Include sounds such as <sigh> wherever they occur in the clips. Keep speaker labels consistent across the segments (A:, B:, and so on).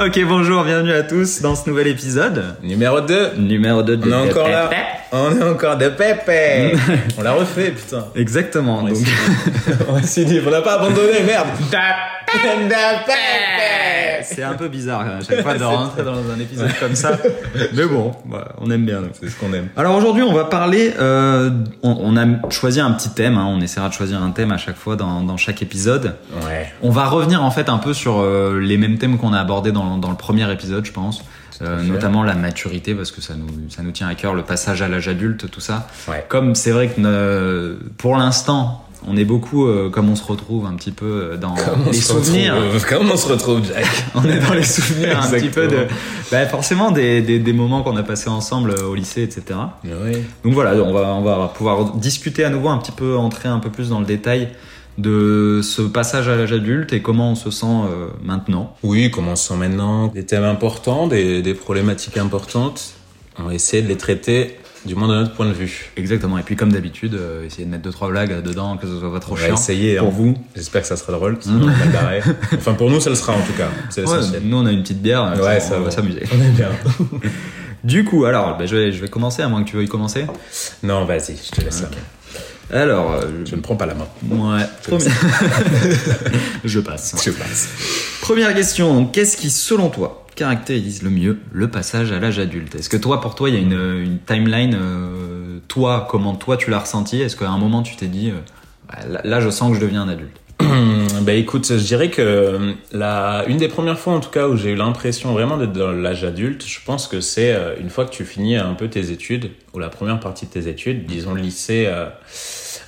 A: Ok, bonjour, bienvenue à tous dans ce nouvel épisode.
B: Numéro 2.
A: Numéro 2 de
B: On est
A: de-
B: encore là. On est encore de pépé. on l'a refait, <laughs> putain.
A: Exactement, donc.
B: on a signé, Bah, on l'a pas abandonné, merde. De pépé.
A: C'est un peu bizarre euh, à chaque fois de
B: <laughs> C'est
A: rentrer dans un épisode comme
B: <laughs>
A: ça. Mais bon, bah, on aime bien nous.
B: C'est ce qu'on aime.
A: Alors aujourd'hui, on va parler. euh, on, on a choisi un petit thème. hein, on essaiera de choisir un thème à chaque fois dans, dans chaque épisode.
B: Ouais.
A: On va revenir en fait un peu sur euh, les mêmes thèmes qu'on a abordés dans, dans le premier épisode, je pense. Euh,
B: fait.
A: notamment la maturité parce que ça nous ça nous tient à cœur le passage à l'âge adulte tout ça
B: Ouais.
A: comme c'est vrai que euh, pour l'instant on est beaucoup euh, comme on se retrouve un petit peu euh, dans
B: Comment on
A: les
B: se <laughs>
A: souvenirs
B: retrouve- Comment on se retrouve, <laughs> Jack
A: on est dans les souvenirs un petit peu de
B: Exactement.
A: bah, forcément des, des, des moments qu'on a passés ensemble euh, au lycée etc
B: Oui.
A: donc voilà, on va, on va pouvoir discuter à nouveau un petit peu, entrer un peu plus dans le détail de ce passage à l'âge adulte et comment on se sent euh, maintenant.
B: Oui, comment on se sent maintenant Des thèmes importants, des, des problématiques importantes. On va essayer de les traiter, du moins de notre point de vue.
A: Exactement. Et puis comme d'habitude, euh, essayez de mettre deux trois blagues dedans, que ce soit pas trop
B: On va
A: chiant.
B: essayer,
A: pour
B: hein.
A: vous.
B: J'espère que ça sera drôle, sinon on va
A: <laughs>
B: barrer. Enfin, pour nous, ça le sera en tout cas. C'est
A: Ouais,
B: l'essentiel.
A: nous on a une petite bière, euh,
B: Ouais,
A: on
B: ça
A: va
B: va.
A: s'amuser.
B: On est bien.
A: Du coup, alors, bah, je, vais, je vais commencer, à moins que tu veuilles commencer.
B: Non, vas-y, je te laisse la main.
A: Alors, euh,
B: Je ne prends pas la main.
A: ouais,
B: Comme
A: première- <laughs> je passe.
B: Je passe.
A: Première question, donc, qu'est-ce qui, selon toi, caractérise le mieux le passage à l'âge adulte Est-ce que toi, pour toi, il y a une, une timeline euh, Toi, comment toi tu l'as ressenti Est-ce qu'à un moment tu t'es dit, euh, Bah, là, là, je sens que je deviens un adulte
B: Hum, bah écoute, je dirais que euh, la, une des premières fois en tout cas où j'ai eu l'impression vraiment d'être dans l'âge adulte, je pense que c'est euh, une fois que tu finis un peu tes études, ou la première partie de tes études, disons le lycée, euh,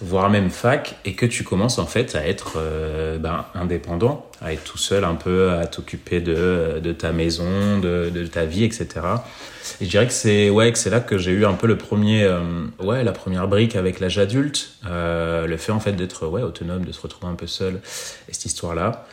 B: voire même fac, et que tu commences en fait à être euh, ben, indépendant, à être tout seul un peu, à t'occuper de, de ta maison, de, de ta vie, etc. Et je dirais que c'est ouais, que c'est là que j'ai eu un peu le premier, euh, ouais, la première brique avec l'âge adulte, euh, le fait en fait d'être ouais autonome, de se retrouver un peu seul, et cette histoire là.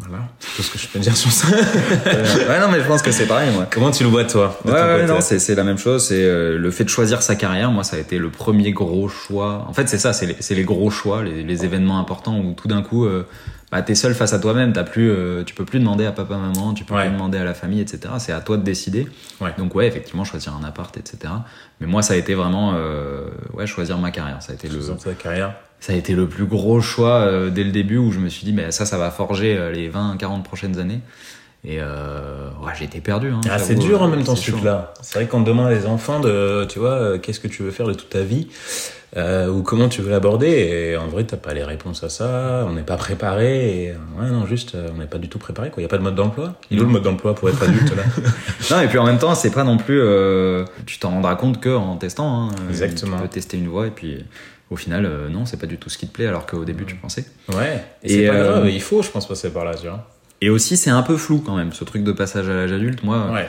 B: Voilà, tout ce que je peux dire
A: <laughs>
B: sur ça.
A: Ouais, non, mais je pense que c'est pareil, moi.
B: Comment tu le vois toi de
A: Ouais,
B: ton
A: ouais,
B: côté
A: non, c'est c'est la même chose. C'est euh, le fait de choisir sa carrière. Moi, ça a été le premier gros choix. En fait, c'est ça, c'est les, c'est les gros choix, les, les événements importants où tout d'un coup, euh, bah, t'es seul face à toi-même. T'as plus, euh, tu peux plus demander à papa, maman, tu peux
B: Ouais.
A: plus demander à la famille, etc. C'est à toi de décider.
B: Ouais.
A: Donc ouais, effectivement, choisir un appart, etc. Mais moi, ça a été vraiment, euh, ouais, choisir ma carrière. Ça a été le,
B: Sur ta carrière.
A: ça a été le plus gros choix euh, dès le début où je me suis dit, mais ça, ça va forger euh, les 20, 40 prochaines années. Et euh, ouais, j'ai été perdu. hein,
B: Ah, c'est
A: j'avoue,
B: dur en
A: euh,
B: même temps
A: c'est
B: ce
A: chaud.
B: truc-là. C'est vrai qu'on demande à les enfants de, tu vois, euh, qu'est-ce que tu veux faire de toute ta vie euh, ou comment tu veux l'aborder. Et en vrai, t'as pas les réponses à ça. On n'est pas préparé. Et, euh, ouais, non, juste, euh, on n'est pas du tout préparé. Quoi, y a pas de mode d'emploi. Il est où le mode d'emploi pour être adulte
A: <laughs>
B: là
A: Non, et puis en même temps, c'est pas non plus. euh, tu t'en rendras compte que en testant. hein, euh,
B: Exactement.
A: Tu peux tester une voie et puis au final, euh, non, c'est pas du tout ce qui te plaît alors qu'au début tu pensais.
B: Ouais. Et,
A: Et,
B: c'est pas
A: euh,
B: grave. Il faut, je pense, passer par là, tu vois.
A: Et aussi, c'est un peu flou quand même, ce truc de passage à l'âge adulte. Moi,
B: Ouais.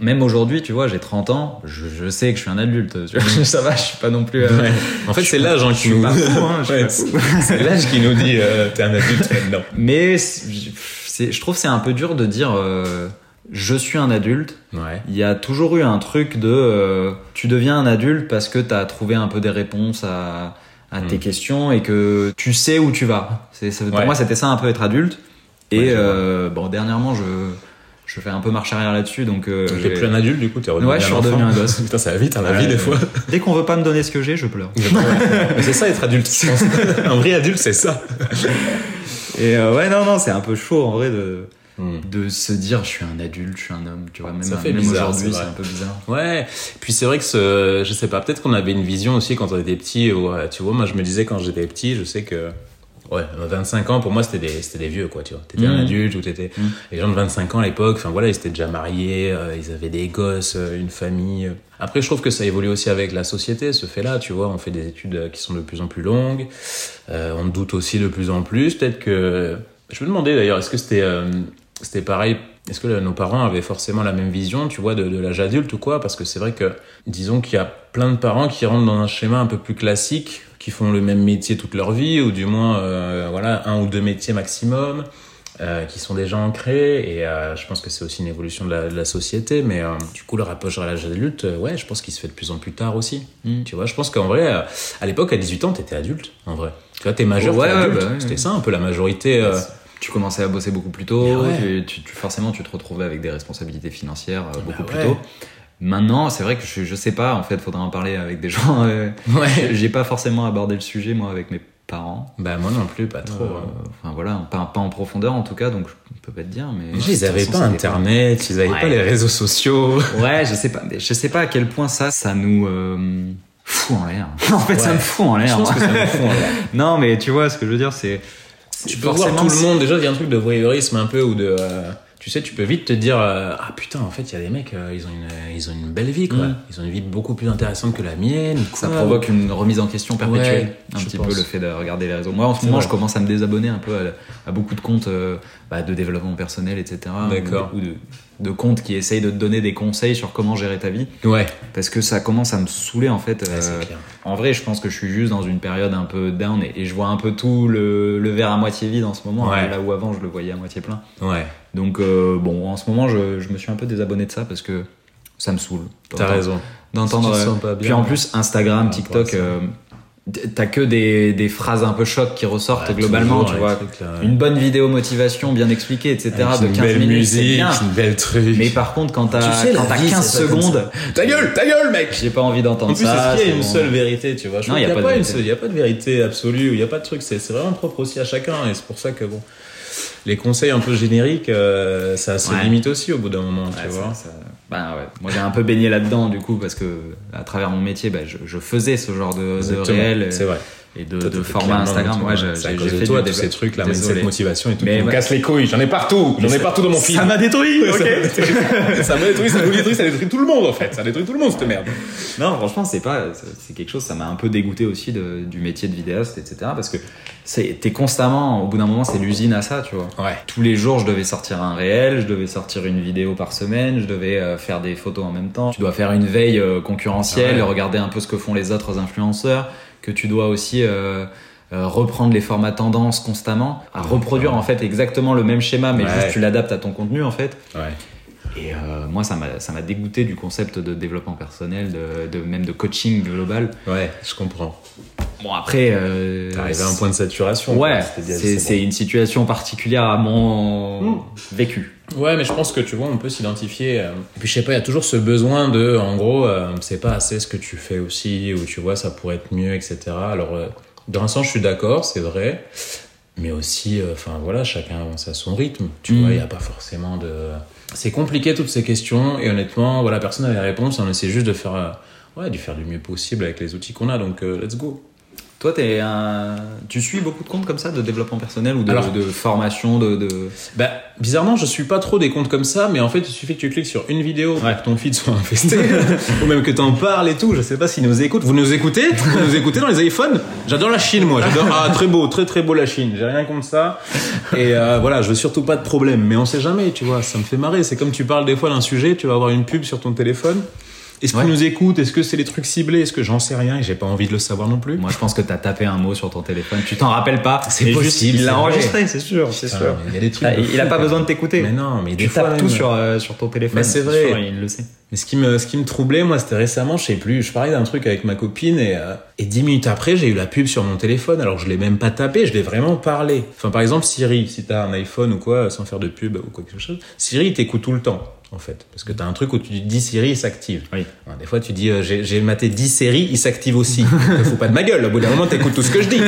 A: même aujourd'hui, tu vois, j'ai 30 ans, je, je sais que je suis un adulte. tu vois, <laughs> ça va, je suis pas non plus. euh, <laughs>
B: Ouais. En fait,
A: je
B: c'est
A: suis
B: l'âge hein,
A: je
B: qui
A: suis
B: nous. <laughs>
A: pas fou, hein, je suis
B: Ouais,
A: pas fou.
B: c'est l'âge qui nous dit euh, t'es un adulte maintenant.
A: Mais c'est- c'est- je trouve que c'est un peu dur de dire euh, je suis un adulte.
B: Ouais.
A: Il y a toujours eu un truc de euh, tu deviens un adulte parce que t'as trouvé un peu des réponses à, à tes
B: Mm.
A: questions et que tu sais où tu vas. C'est, ça- pour
B: Ouais.
A: moi, c'était ça un peu être adulte. Et
B: Ouais, je vois.
A: euh, bon, dernièrement, je, je fais un peu marche arrière là-dessus. Donc, euh,
B: Donc,
A: j'ai-
B: T'es plus un adulte du coup, t'es redevenu
A: Ouais, je suis
B: un enfant.
A: redevenu un gosse.
B: <laughs> Putain, ça va vite hein, la
A: Ouais,
B: vie des
A: ouais.
B: fois.
A: Dès qu'on veut pas me donner ce que j'ai, je pleure.
B: Mais c'est ça être adulte, je
A: <laughs>
B: pense. un vrai adulte, c'est ça.
A: Et euh, ouais, non, non, c'est un peu chaud en vrai de, de se dire je suis un adulte, je suis un homme. Tu vois, même,
B: Ça fait
A: même
B: bizarre,
A: aujourd'hui,
B: c'est
A: c'est
B: vrai.
A: un peu bizarre.
B: Ouais, puis c'est vrai que ce, je sais pas, peut-être qu'on avait une vision aussi quand on était petit. où, euh, tu vois, moi je me disais quand j'étais petit, je sais que. Ouais, à 25 ans, pour moi, c'était des, c'était des vieux, quoi, tu vois. T'étais un
A: Mhm.
B: adulte ou t'étais.
A: Mhm.
B: Les gens de 25 ans à l'époque, enfin voilà, ils étaient déjà mariés, euh, ils avaient des gosses, euh, une famille. Après, je trouve que ça évolue aussi avec la société, ce fait-là, tu vois. On fait des études euh, qui sont de plus en plus longues, euh, on doute aussi de plus en plus. Peut-être que. Je me demandais d'ailleurs, est-ce que c'était. euh, c'était pareil. Est-ce que euh, nos parents avaient forcément la même vision, tu vois, de, de l'âge adulte ou quoi Parce que c'est vrai que, disons qu'il y a plein de parents qui rentrent dans un schéma un peu plus classique, qui font le même métier toute leur vie, ou du moins, euh, voilà, un ou deux métiers maximum, euh, qui sont déjà ancrés. Et euh, je pense que c'est aussi une évolution de la, de la société. Mais euh, du coup, le rapport à l'âge adulte, euh, ouais, je pense qu'il se fait de plus en plus tard aussi.
A: Mm.
B: Tu vois, je pense qu'en vrai, euh, à l'époque, à 18 ans, t'étais adulte, en vrai. Tu vois, t'es majeur,
A: Ouais,
B: t'es
A: ouais,
B: adulte.
A: bah ouais.
B: C'était ça un peu la majorité. euh,
A: tu commençais à bosser beaucoup plus tôt,
B: Mais ouais. Bah
A: tu- tu- tu- forcément tu te retrouvais avec des responsabilités financières euh, beaucoup plus
B: ouais.
A: tôt. Maintenant, c'est vrai que je, je sais pas, en fait, faudra en parler avec des gens. euh,
B: Ouais.
A: J'ai pas forcément abordé le sujet, moi, avec mes parents.
B: Bah moi non plus, pas trop.
A: Euh,
B: hein.
A: Enfin voilà, pas, pas en profondeur en tout cas, donc je peux pas te dire. Mais
B: Déjà, ils
A: De toute
B: avaient
A: façon,
B: pas
A: ça dépend.
B: internet, ils avaient pas
A: Ouais.
B: les réseaux sociaux.
A: Ouais, je sais pas, mais je sais pas à quel point ça, ça nous euh, fout en l'air. <laughs> en fait, ça
B: Ouais.
A: me fout en
B: Je
A: l'air.
B: pense que
A: moi.
B: ça me fout, hein.
A: <laughs> Non, mais tu vois, ce que je veux dire, c'est
B: Tu peux voir tout le monde. Déjà, il y a un truc de voyeurisme un peu ou de. euh, tu sais, tu peux vite te dire euh, Ah putain, en fait, il y a des mecs, euh, ils, ont une, ils ont une belle vie, quoi.
A: Mm.
B: Ils ont une vie beaucoup plus intéressante que la mienne. ou
A: Ça
B: quoi.
A: provoque une remise en question perpétuelle,
B: Ouais,
A: un
B: je
A: petit
B: pense.
A: peu le fait de regarder les réseaux. Moi, en ce moment,
B: vrai.
A: je commence à me désabonner un peu à, à beaucoup de comptes euh, bah, de développement personnel, etc. ou-
B: D'accord.
A: Ou de, de comptes qui essayent de te donner des conseils sur comment gérer ta vie,
B: Ouais,
A: parce que ça commence à me saouler en fait.
B: Ouais,
A: euh,
B: c'est clair.
A: en vrai, je pense que je suis juste dans une période un peu down et, et je vois un peu tout le, le verre à moitié vide en ce moment,
B: Ouais.
A: là où avant je le voyais à moitié plein.
B: Ouais,
A: Donc euh, bon, en ce moment, je, je me suis un peu désabonné de ça parce que ça me saoule.
B: t'as raison.
A: D'entendre.
B: Si tu te
A: euh,
B: sens pas bien,
A: puis en plus, Instagram,
B: Ah, Ouais,
A: TikTok,
B: pour ça.
A: euh, t'as que des, des phrases un peu choc qui ressortent
B: ouais,
A: globalement,
B: toujours,
A: tu
B: les
A: vois.
B: trucs, là,
A: Une bonne vidéo motivation bien expliquée, etc.
B: avec
A: de
B: une
A: 15
B: belle
A: minutes, c'est
B: musique,
A: bien.
B: une belle truc.
A: Mais par contre, quand t'as
B: Tu sais, la
A: quand t'as
B: vie,
A: 15
B: c'est pas comme
A: seconde,
B: Ta gueule, ta gueule, mec
A: j'ai pas envie d'entendre
B: En plus,
A: ça.
B: est-ce qu'il y a
A: c'est
B: une
A: bon.
B: seule vérité, tu vois Je
A: Non,
B: trouve
A: il y a
B: qu'il y
A: pas de
B: pas une
A: vérité.
B: seule- il y a pas de vérité absolue, il n'y a pas de truc, c'est c'est vraiment propre aussi à chacun, et c'est pour ça que bon, les conseils un peu génériques, euh, ça se
A: Ouais.
B: limite aussi au bout d'un moment,
A: Ouais,
B: tu
A: ça-
B: vois.
A: ça- bah ouais. Moi j'ai un peu baigné là-dedans du coup parce que à travers mon métier bah, je, je faisais ce genre de, de
B: Exactement,
A: réel euh,
B: c'est vrai.
A: et de,
B: Toi,
A: de
B: t'étais
A: format
B: clairement dans
A: Instagram.
B: ton-
A: Ouais, je-
B: c'est à
A: j'ai
B: cause
A: j'ai
B: de
A: fait
B: toi,
A: du
B: de ces
A: développement.
B: trucs, la
A: Désolé.
B: mindset, motivation et tout,
A: Mais
B: qui me
A: ouais.
B: casse les couilles, j'en ai partout, j'en ai partout dans mon film.
A: Ça m'a détruit.
B: Ouais, <laughs> ça
A: ok.
B: m'a détruit. ça m'a détruit, ça vous détruit, ça détruit tout le monde en fait, ça détruit tout le monde cette merde.
A: Non, franchement, c'est pas, c'est- c'est quelque chose, ça m'a un peu dégoûté aussi de- du métier de vidéaste, etc. Parce que c'est- t'es constamment, au bout d'un moment, c'est l'usine à ça, tu vois.
B: Ouais.
A: Tous les jours, je devais sortir un réel, je devais sortir une vidéo par semaine, je devais euh, faire des photos en même temps. Tu dois faire une veille euh, concurrentielle,
B: Ouais.
A: regarder un peu ce que font les autres influenceurs, que tu dois aussi euh, euh, reprendre les formats tendances constamment, à reproduire en fait exactement le même schéma, mais
B: Ouais.
A: juste tu l'adaptes à ton contenu en fait.
B: Ouais.
A: Et euh, moi, ça m'a ça m'a dégoûté du concept de développement personnel, de, de- même de coaching global.
B: Ouais, je comprends.
A: Bon, après, euh,
B: T'es arrivé à un point de saturation.
A: ouais,
B: quoi. Tu t'es dit,
A: c'est
B: bon.
A: c'est une situation particulière à
B: Hmm.
A: mon vécu.
B: Ouais, mais je pense que tu vois, on peut s'identifier. euh, Et puis je sais pas, il y a toujours ce besoin de, en gros, euh, c'est pas assez ce que tu fais aussi, ou tu vois, ça pourrait être mieux, etc. Alors, euh, dans un sens, je suis d'accord, c'est vrai. Mais aussi, euh, enfin voilà, chacun avance à son rythme. Tu
A: Mm.
B: vois, il n'y a pas forcément de. C'est compliqué toutes ces questions, et honnêtement, voilà, personne n'a les réponses, et on essaie juste de faire, euh, ouais, de faire du mieux possible avec les outils qu'on a, donc euh, let's go.
A: Toi, es un... tu suis beaucoup de comptes comme ça de développement personnel ou de,
B: Alors-
A: de formation, de, de-
B: Bah, bizarrement, je suis pas trop des comptes comme ça, mais en fait, il suffit que tu cliques sur une vidéo pour que ton feed soit infesté, <laughs> ou même que t'en parles et tout. Je sais pas s'ils nous écoutent. Vous nous écoutez Vous nous écoutez dans les iPhones J'adore la Chine, moi. J'adore. Ah, très beau, très très beau la Chine. J'ai rien contre ça. Et euh, voilà, je veux surtout pas de problème. Mais on sait jamais, tu vois. Ça me fait marrer. C'est comme tu parles des fois d'un sujet, tu vas avoir une pub sur ton téléphone. Est-ce qu'ils
A: Ouais.
B: nous écoutent Est-ce que c'est des trucs ciblés Est-ce que j'en sais rien et j'ai pas envie de le savoir non plus
A: Moi, je pense que t'as tapé un mot sur ton téléphone, tu t'en rappelles pas.
B: C'est
A: mais juste,
B: possible,
A: Il
B: c'est
A: l'a
B: vrai.
A: enregistré, c'est sûr, c'est
B: Putain,
A: sûr. Ah,
B: mais Il y a des trucs. de
A: Il, il a
B: fou,
A: pas
B: quoi.
A: besoin de t'écouter.
B: Mais non, mais des
A: Tu
B: fois
A: tapes tout
B: même-
A: sur, euh, sur ton téléphone.
B: Mais c'est vrai.
A: sûr, il le sait.
B: Mais ce qui me, ce qui me troublait, moi, c'était récemment, je sais plus, je parlais d'un truc avec ma copine et, euh, et dix minutes après, j'ai eu la pub sur mon téléphone, alors je l'ai même pas tapé, je l'ai vraiment parlé. Enfin, par exemple, Siri, si t'as un iPhone ou quoi, sans faire de pub ou quoi que ce soit, Siri il t'écoute tout le temps, en fait. Parce que t'as un truc où tu dis Siri, il s'active.
A: Oui.
B: Enfin, des fois, tu dis, euh, j'ai j'ai maté 10 séries, il s'active aussi. <laughs> Il faut pas de ma gueule, au bout d'un moment, t'écoutes tout ce que je dis.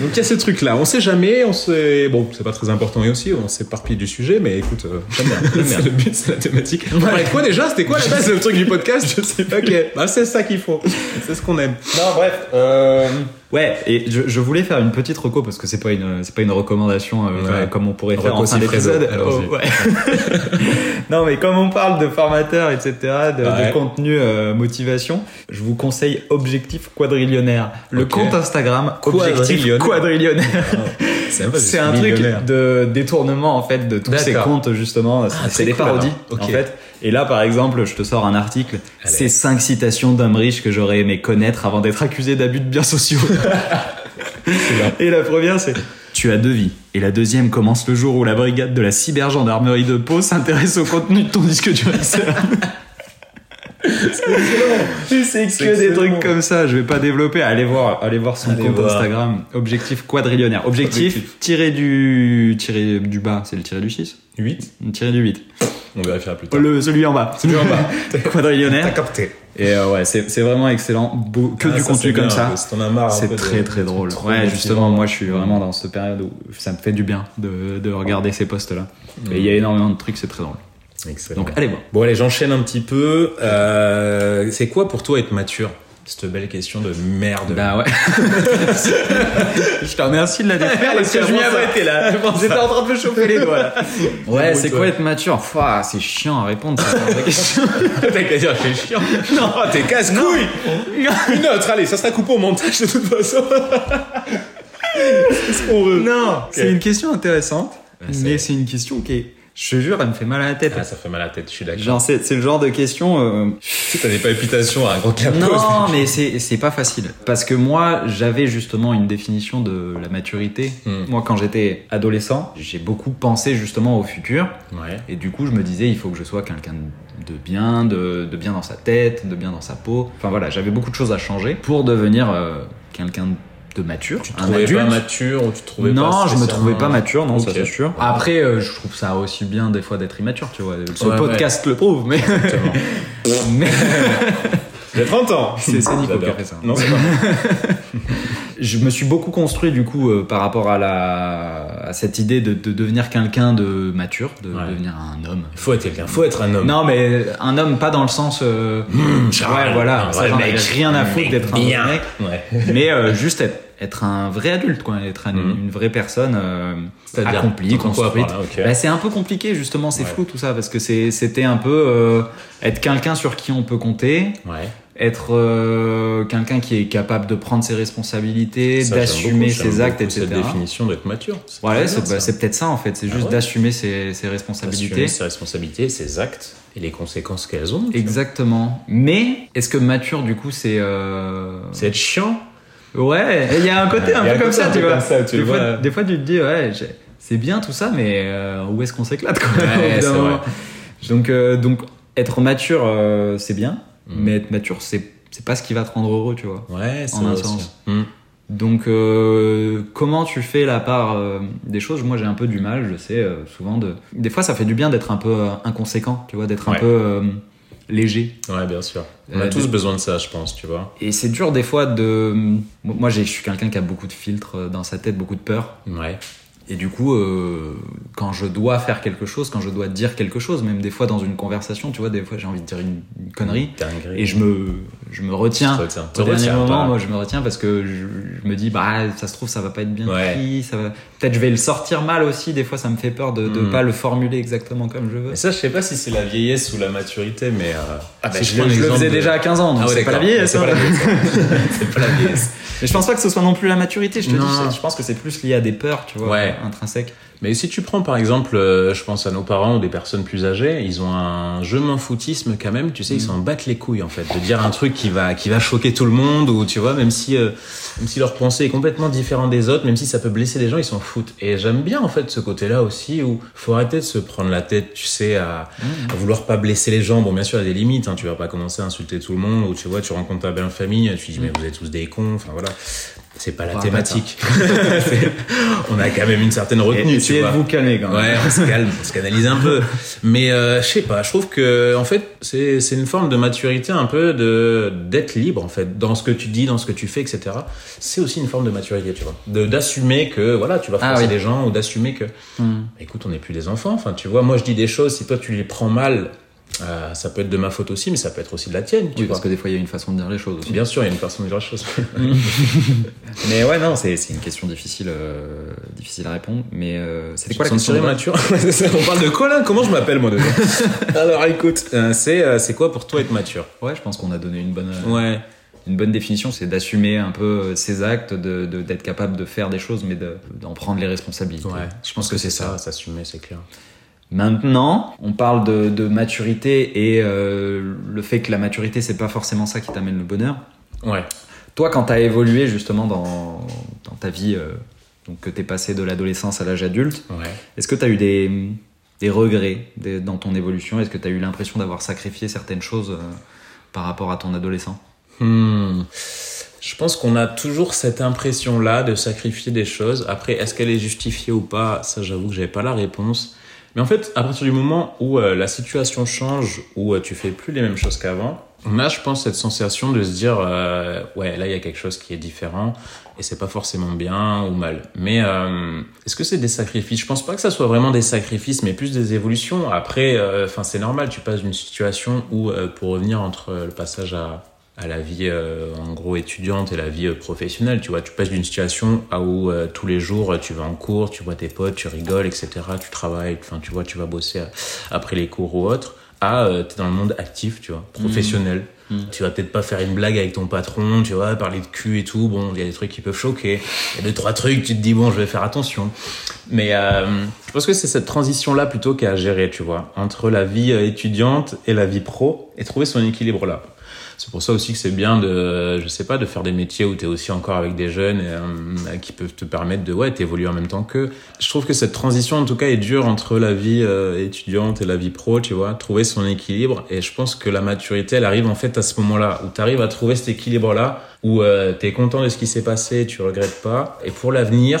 B: Donc il y a ce truc-là, on sait jamais, on sait... Bon, c'est pas très important et aussi, on s'éparpille du sujet, mais écoute, euh, j'aime bien.
A: <laughs>
B: c'est le but, c'est la thématique. On parlait de quoi déjà C'était quoi la base, le truc du podcast Je
A: <laughs>
B: sais pas. Ok, bah, c'est ça qu'il faut, c'est ce qu'on aime.
A: Non, bref. euh, Ouais, et je, je voulais faire une petite reco parce que c'est pas une c'est pas une recommandation euh,
B: Ouais.
A: comme on pourrait faire
B: Reco,
A: en fin
B: c'est Fredo.
A: d'épisode. Oh,
B: Allons-y.
A: ouais. <laughs> non, mais comme on parle de formateurs, etc., de, de
B: Ouais.
A: contenu euh, motivation, je vous conseille Objectif Quadrillionnaire, le
B: Ok.
A: compte Instagram Objectif
B: Quadrillionnaire.
A: Quadrillionnaire.
B: C'est un, peu-
A: C'est un truc <laughs>
B: millionnaire.
A: de détournement en fait de tous ces
B: D'accord.
A: comptes justement. C'est-
B: Ah,
A: c'est
B: très
A: des
B: cool,
A: parodies
B: alors.
A: en
B: Ok.
A: fait. Et là par exemple, je te sors un article.
B: Allez.
A: C'est cinq citations d'hommes riches que j'aurais aimé connaître avant d'être accusé d'abus de biens
B: <laughs>
A: sociaux.
B: bien.
A: et la première c'est tu as deux vies. Et la deuxième commence le jour où la brigade
B: <laughs>
A: de la cybergendarmerie de Pau s'intéresse au contenu de ton disque dur externe. C'est que des trucs comme ça. Je vais pas développer. Allez voir, allez voir son
B: Allez
A: compte
B: voir.
A: Instagram. Objectif quadrillionnaire. Objectif,
B: Objectif.
A: tiré du tiré du bas, c'est le tiré du 6
B: 8
A: Tiré du 8.
B: On vérifiera plus tard.
A: Euh, Le, celui en bas.
B: Celui
A: <laughs>
B: en bas. T'as
A: quadrillionnaire.
B: capté.
A: Et euh, ouais, c'est c'est vraiment excellent. Beau- que
B: Ah,
A: du
B: ça,
A: contenu
B: c'est
A: comme
B: bien,
A: ça.
B: parce qu'on a marre un peu
A: C'est
B: de-
A: très très
B: de-
A: drôle.
B: Ah, trop
A: Ouais,
B: motivant.
A: justement, moi je suis vraiment dans cette période où ça me fait du bien de, de regarder ces posts-là. Et il y a énormément de trucs, c'est très drôle.
B: Excellent.
A: Donc allez voir.
B: Bon, allez, j'enchaîne un petit peu. Euh, c'est quoi pour toi être mature Cette belle question de merde.
A: Bah ouais. <laughs> je te remercie de la défaire parce que
B: C'est
A: je m'y
B: vraiment ça.
A: arrêtais <laughs> là. J'étais en train de me chauffer les doigts. là. Ouais, <laughs> c'est
B: Débrouille-toi.
A: quoi être mature Fouah, C'est chiant à répondre. <laughs> ça, c'est une vraie question.
B: T'as qu'à dire, je suis chiant. <laughs> Non, t'es casse-couille <laughs> Une autre, allez, ça sera coupé au montage de toute façon. c'est ce qu'on veut.
A: non, c'est
B: Ok.
A: une question intéressante,
B: c'est-
A: mais c'est une question qui est. Je te jure, elle me fait mal à la tête.
B: Ah, ça fait mal à la tête, je suis d'accord.
A: Genre, c'est c'est le genre de question. euh,
B: T'as des palpitations à un gros capot.
A: Non, <laughs> mais c'est c'est pas facile. Parce que moi, j'avais justement une définition de la maturité.
B: Hmm.
A: Moi, quand j'étais adolescent, j'ai beaucoup pensé justement au futur.
B: Ouais.
A: Et du coup, je me disais, il faut que je sois quelqu'un de bien, de, de bien dans sa tête, de bien dans sa peau. Enfin voilà, j'avais beaucoup de choses à changer pour devenir euh, quelqu'un de mature,
B: Tu te
A: un
B: trouvais
A: adulte.
B: pas mature ou tu te trouvais pas
A: Non, je me
B: spécialement-
A: trouvais pas mature, non, ça
B: Ok.
A: c'est sûr. Après, euh, je trouve ça aussi bien des fois d'être immature, tu vois. Ce
B: Ouais, ouais.
A: podcast le prouve, mais.
B: Exactement.
A: mais...
B: J'ai 30 ans
A: <laughs> C'est- c'est Nico
B: J'adore.
A: qui a fait ça.
B: Non, c'est pas.
A: je me suis beaucoup construit du coup euh, par rapport à la à cette idée de, de devenir quelqu'un de mature, de
B: Ouais.
A: devenir un homme.
B: Faut être quelqu'un, faut être un homme.
A: Non mais un homme pas dans le sens euh,
B: Mmh, Charles,
A: ouais voilà
B: un
A: ça,
B: vrai
A: j'en
B: mec,
A: avais rien à
B: un
A: foutre
B: mec
A: d'être un
B: bien. <laughs>
A: mec
B: Ouais.
A: mais euh, juste être, être un vrai adulte quoi être un-
B: Mhm.
A: une vraie personne euh,
B: C'est-à-dire,
A: accomplie
B: t'entends quoi par
A: construite
B: là, ok.
A: Bah, c'est un peu compliqué justement c'est
B: Ouais.
A: flou tout ça parce que c'est c'était un peu euh, être quelqu'un sur qui on peut compter
B: Ouais.
A: être euh, quelqu'un qui est capable de prendre ses responsabilités,
B: Ça,
A: d'assumer
B: j'aime beaucoup,
A: ses
B: j'aime
A: actes,
B: beaucoup
A: etc.
B: Cette définition d'être mature. C'est très
A: Ouais, c'est
B: bien,
A: bah,
B: ça. Ah
A: c'est peut-être ça en fait, c'est juste
B: ouais.
A: d'assumer ses, ses
B: Assumer
A: responsabilités.
B: ses responsabilités, ses actes et les conséquences qu'elles ont. tu vois.
A: Exactement. Mais est-ce que mature du coup c'est euh...
B: C'est être chiant.
A: ouais, il y a un côté
B: Ouais,
A: un
B: il y a
A: peu
B: un
A: comme
B: côté
A: ça,
B: un
A: tu
B: peu
A: vois.
B: comme ça, tu
A: des,
B: le
A: fois,
B: vois.
A: des fois, tu te dis ouais, j'ai- c'est bien tout ça, mais euh, où est-ce qu'on s'éclate quoi
B: Ouais,
A: <laughs> au bout d'un
B: c'est vrai.
A: moment. Donc euh, donc être mature euh, c'est bien,
B: Mm.
A: mais être mature c'est c'est pas ce qui va te rendre heureux, tu vois.
B: Ouais, c'est
A: En un
B: vrai
A: sens.
B: aussi. Hmm.
A: Donc, euh, comment tu fais la part euh, des choses Moi, j'ai un peu du mal, je sais, euh, souvent. De... Des fois, ça fait du bien d'être un peu euh, inconséquent, tu vois, d'être
B: Ouais.
A: un peu euh, léger.
B: Ouais, bien sûr. On a
A: Hmm. Euh,
B: tous
A: de-
B: besoin de ça, je pense, tu vois.
A: Et c'est dur, des fois, de. Moi, j'ai- je suis quelqu'un qui a beaucoup de filtres euh, dans sa tête, beaucoup de peur.
B: Ouais.
A: Et du coup, euh, quand je dois faire quelque chose, quand je dois dire quelque chose, même des fois dans une conversation, tu vois, des fois, j'ai envie de dire une, une connerie.
B: Dinguerie.
A: Et je me, je me
B: te
A: retiens.
B: retiens. Te
A: Au dernier
B: retiens
A: moment,
B: pas.
A: moi, je me retiens parce que je, je me dis, bah, ça se trouve, ça va pas être bien
B: Ouais.
A: pris, ça va. Peut-être je vais le sortir mal aussi. Des fois, ça me fait peur de, de
B: Mm.
A: pas le formuler exactement comme je veux.
B: Mais ça, je sais pas si c'est la vieillesse ou la maturité, mais. euh,
A: Parce
B: si
A: que Ah, bah, je,
B: prends
A: le- je le
B: l'exemple
A: faisais
B: de-
A: déjà à 15 ans, donc
B: Ah ouais,
A: c'est pas la
B: d'accord.
A: vieillesse.
B: C'est pas la
A: hein. <laughs>
B: vieillesse. C'est pas la vieillesse.
A: Mais je pense pas que ce soit non plus la maturité. Je te
B: Non.
A: dis, c'est- je pense que c'est plus lié à des peurs, tu vois,
B: Ouais.
A: intrinsèques.
B: Mais si tu prends par exemple, euh, je pense à nos parents ou des personnes plus âgées, ils ont un je m'en foutisme quand même, tu sais, ils s'en battent les couilles en fait, de dire un truc qui va qui va choquer tout le monde ou tu vois, même si euh, même si leur pensée est complètement différente des autres, même si ça peut blesser les gens, ils s'en foutent. Et j'aime bien en fait ce côté-là aussi où faut arrêter de se prendre la tête, tu sais, à, à vouloir pas blesser les gens. Bon, bien sûr, il y a des limites, hein, tu vas pas commencer à insulter tout le monde ou tu vois, tu rencontres ta belle famille, tu dis mais vous êtes tous des cons, enfin voilà. C'est pas la
A: Enfin,
B: thématique. C'est- <laughs> On a quand même une certaine retenue,
A: Et
B: tu
A: essayez de
B: vois.
A: vous calmer quand même.
B: Ouais, on se calme, on se canalise un peu. Mais euh, je sais pas, je trouve que en fait, c'est c'est une forme de maturité un peu de d'être libre en fait dans ce que tu dis, dans ce que tu fais, etc. C'est aussi une forme de maturité, tu vois, de d'assumer que voilà, tu vas
A: Ah
B: froisser
A: oui.
B: les gens ou d'assumer que bah,
A: Mm.
B: écoute, on n'est plus des enfants. Enfin, tu vois, moi je dis des choses, si toi tu les prends mal, euh, ça peut être de ma faute aussi, mais ça peut être aussi de la tienne,
A: Oui,
B: tu vois.
A: parce que des fois, il y a une façon de dire les choses aussi.
B: Bien sûr, il y a une personne qui dit la chose.
A: <laughs> Mais ouais, non, c'est c'est une question difficile, euh, difficile à répondre. Mais euh, c'était
B: C'est
A: quoi la
B: quoi
A: question de base
B: mature <laughs> On parle de Colin, comment je m'appelle moi déjà <laughs> Alors écoute, euh, c'est euh, c'est quoi pour toi être mature
A: Ouais, je pense qu'on a donné une bonne.
B: Ouais.
A: Une bonne définition, c'est d'assumer un peu euh, ses actes, de- de- d'être capable de faire des choses, mais de- d'en prendre les responsabilités.
B: Ouais,
A: je pense que c'est ça.
B: Ah, s'assumer, c'est clair.
A: Maintenant, on parle de, de maturité et euh, le fait que la maturité, c'est pas forcément ça qui t'amène le bonheur.
B: Ouais.
A: Toi, quand t'as évolué justement dans, dans ta vie, euh, donc que t'es passé de l'adolescence à l'âge adulte,
B: Ouais.
A: est-ce que t'as eu des, des regrets des- dans ton évolution Est-ce que t'as eu l'impression d'avoir sacrifié certaines choses euh, par rapport à ton adolescent
B: Hmm. Je pense qu'on a toujours cette impression-là de sacrifier des choses. Après, est-ce qu'elle est justifiée ou pas Ça, j'avoue que j'avais pas la réponse. Mais en fait, à partir du moment où euh, la situation change, où euh, tu fais plus les mêmes choses qu'avant, on a, je pense, cette sensation de se dire, euh, ouais, là, il y a quelque chose qui est différent et c'est pas forcément bien ou mal. Mais euh, est-ce que c'est des sacrifices Je pense pas que ça soit vraiment des sacrifices, mais plus des évolutions. Après, euh, enfin, c'est normal. Tu passes d'une situation où, euh, pour revenir entre le passage à à la vie euh, en gros étudiante et la vie euh, professionnelle. Tu vois, tu passes d'une situation à où euh, tous les jours euh, tu vas en cours, tu vois tes potes, tu rigoles, etc. Tu travailles, enfin tu vois, tu vas bosser euh, après les cours ou autre. À euh, t'es dans le monde actif, tu vois, professionnel. Tu vas peut-être pas faire une blague avec ton patron, tu vois, parler de cul et tout. Bon, il y a des trucs qui peuvent choquer. Il y a deux trois trucs, tu te dis bon, je vais faire attention. Mais euh, je pense que c'est cette transition là plutôt qu'à gérer, tu vois, entre la vie euh, étudiante et la vie pro et trouver son équilibre là. C'est pour ça aussi que c'est bien de, je sais pas, de faire des métiers où tu es aussi encore avec des jeunes euh, qui peuvent te permettre de, ouais, t'évoluer en même temps qu'eux. Je trouve que cette transition, en tout cas, est dure entre la vie euh, étudiante et la vie pro, tu vois, trouver son équilibre. Et je pense que la maturité, elle arrive en fait à ce moment-là, où tu arrives à trouver cet équilibre-là, où euh, tu es content de ce qui s'est passé, tu regrettes pas. Et pour l'avenir,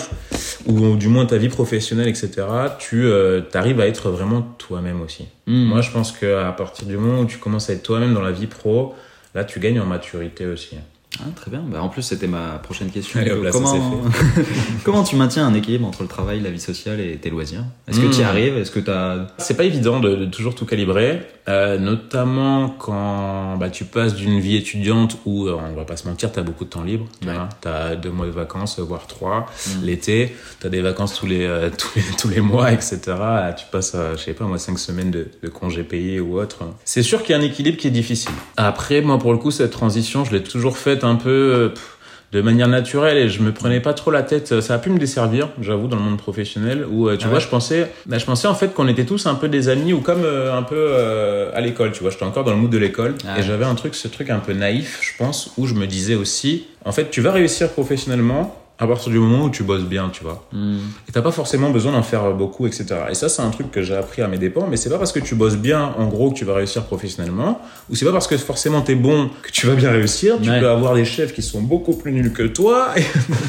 B: ou du moins ta vie professionnelle, etc., tu arrives à être vraiment toi-même aussi.
A: Mm.
B: Moi, je pense que à partir du moment où tu commences à être toi-même dans la vie pro, Là, tu gagnes en maturité aussi.
A: Ah, très bien. Bah, en plus, c'était ma prochaine question.
B: Allez, hop là, ça
A: comment... <laughs> comment tu maintiens un équilibre entre le travail, la vie sociale et tes loisirs Est-ce que tu y
B: Mm.
A: arrives Est-ce que tu as.
B: C'est pas évident de, de toujours tout calibrer, euh, notamment quand bah, tu passes d'une vie étudiante où, euh, on va pas se mentir, t'as beaucoup de temps libre. Tu
A: Ouais.
B: vois. T'as deux mois de vacances, euh, voire trois.
A: Mm.
B: L'été, t'as des vacances tous les, euh, <laughs> tous les, tous les mois, etc. Là, tu passes, euh, je sais pas moi, cinq semaines de, de congés payés ou autre. C'est sûr qu'il y a un équilibre qui est difficile. Après, moi, pour le coup, cette transition, je l'ai toujours faite un peu... euh, pff, de manière naturelle et je me prenais pas trop la tête. Ça a pu me desservir, j'avoue, dans le monde professionnel où euh, tu
A: Ah
B: vois,
A: ouais.
B: je pensais, bah, je pensais en fait qu'on était tous un peu des amis ou comme euh, un peu euh, à l'école, tu vois. J'étais encore dans le mood de l'école
A: Ah
B: et
A: ouais.
B: j'avais un truc, ce truc un peu naïf, je pense, où je me disais aussi, en fait, tu vas réussir professionnellement à partir du moment où tu bosses bien, tu vois.
A: Hmm.
B: Et t'as pas forcément besoin d'en faire beaucoup, etc. Et ça, c'est un truc que j'ai appris à mes dépens, mais c'est pas parce que tu bosses bien, en gros, que tu vas réussir professionnellement, ou c'est pas parce que forcément t'es bon que tu vas bien réussir. Tu
A: Ouais.
B: peux avoir des chefs qui sont beaucoup plus nuls que toi, <laughs> et,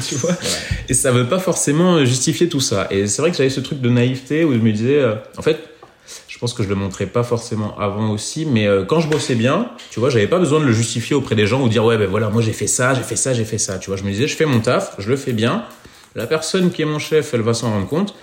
B: tu vois. Et ça veut pas forcément justifier tout ça. Et c'est vrai que j'avais ce truc de naïveté où je me disais, euh, en fait, je pense que je le montrais pas forcément avant aussi, mais euh, quand je bossais bien, tu vois, j'avais pas besoin de le justifier auprès des gens ou dire ouais ben voilà, moi j'ai fait ça, j'ai fait ça, j'ai fait ça. Tu vois, je me disais je fais mon taf, je le fais bien. La personne qui est mon chef, elle va s'en rendre compte.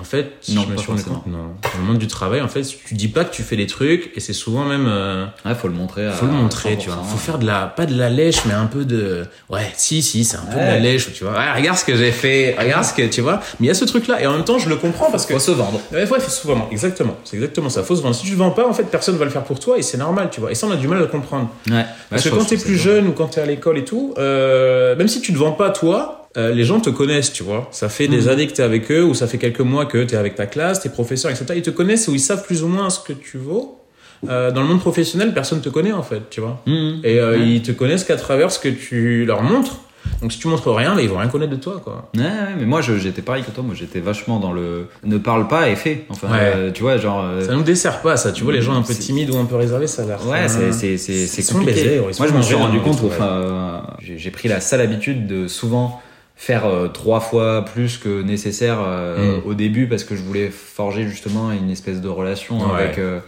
B: En fait,
A: Non,
B: je me
A: pas
B: suis rendu
A: forcément.
B: compte. Non, dans le monde du travail, en fait, tu dis pas que tu fais des trucs, et c'est souvent même. euh,
A: Ouais, faut le montrer. à
B: faut le montrer, tu
A: 100%.
B: vois. Faut faire de la, pas de la lèche, mais un peu de, ouais, si, si, c'est un peu de la
A: Ouais.
B: lèche, tu vois. Ouais, regarde ce que j'ai fait, regarde ce que, tu vois. Mais il y a ce truc-là, et en même temps, je le comprends parce que.
A: Faut se vendre.
B: Ouais, ouais, faut se vendre. Exactement. C'est exactement ça. Faut se vendre. Si tu le vends pas, en fait, personne va le faire pour toi, et c'est normal, tu vois. Et ça, on a du mal à le comprendre.
A: Ouais.
B: Parce
A: Ouais, je
B: que quand
A: pense
B: t'es
A: c'est
B: plus
A: vrai.
B: jeune ou quand t'es à l'école et tout, euh, même si tu te vends pas toi, euh, les gens te connaissent, tu vois. Ça fait des
A: Mhm.
B: années que t'es avec eux, ou ça fait quelques mois que t'es avec ta classe, tes professeurs, etc. Ils te connaissent ou ils savent plus ou moins ce que tu vaux. Euh, dans le monde professionnel, personne te connaît en fait, tu vois.
A: Mm.
B: Et euh,
A: Ouais.
B: ils te connaissent qu'à travers ce que tu leur montres. Donc si tu montres rien, bah, ils vont rien connaître de toi, quoi.
A: Ouais, ouais, mais moi je- j'étais pareil que toi, moi j'étais vachement dans le ne parle pas et fais. Enfin,
B: Ouais.
A: euh, tu vois, genre. euh,
B: Ça nous dessert pas, ça. Tu vois, les gens un peu
A: C'est-
B: timides ou un peu réservés, ça leur.
A: Ouais, c'est- c'est Ah, c'est-
B: Ils
A: c'est
B: sont
A: compliqué.
B: baisés, ils sont
A: Moi, je me suis
B: mangés,
A: rendu
B: hein,
A: compte,
B: ouais.
A: enfin, euh, j'ai j'ai pris la sale habitude de souvent faire euh, trois fois plus que nécessaire euh,
B: Mm.
A: au début parce que je voulais forger justement une espèce de relation
B: Ouais.
A: avec euh,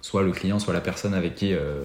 A: soit le client, soit la personne avec qui euh,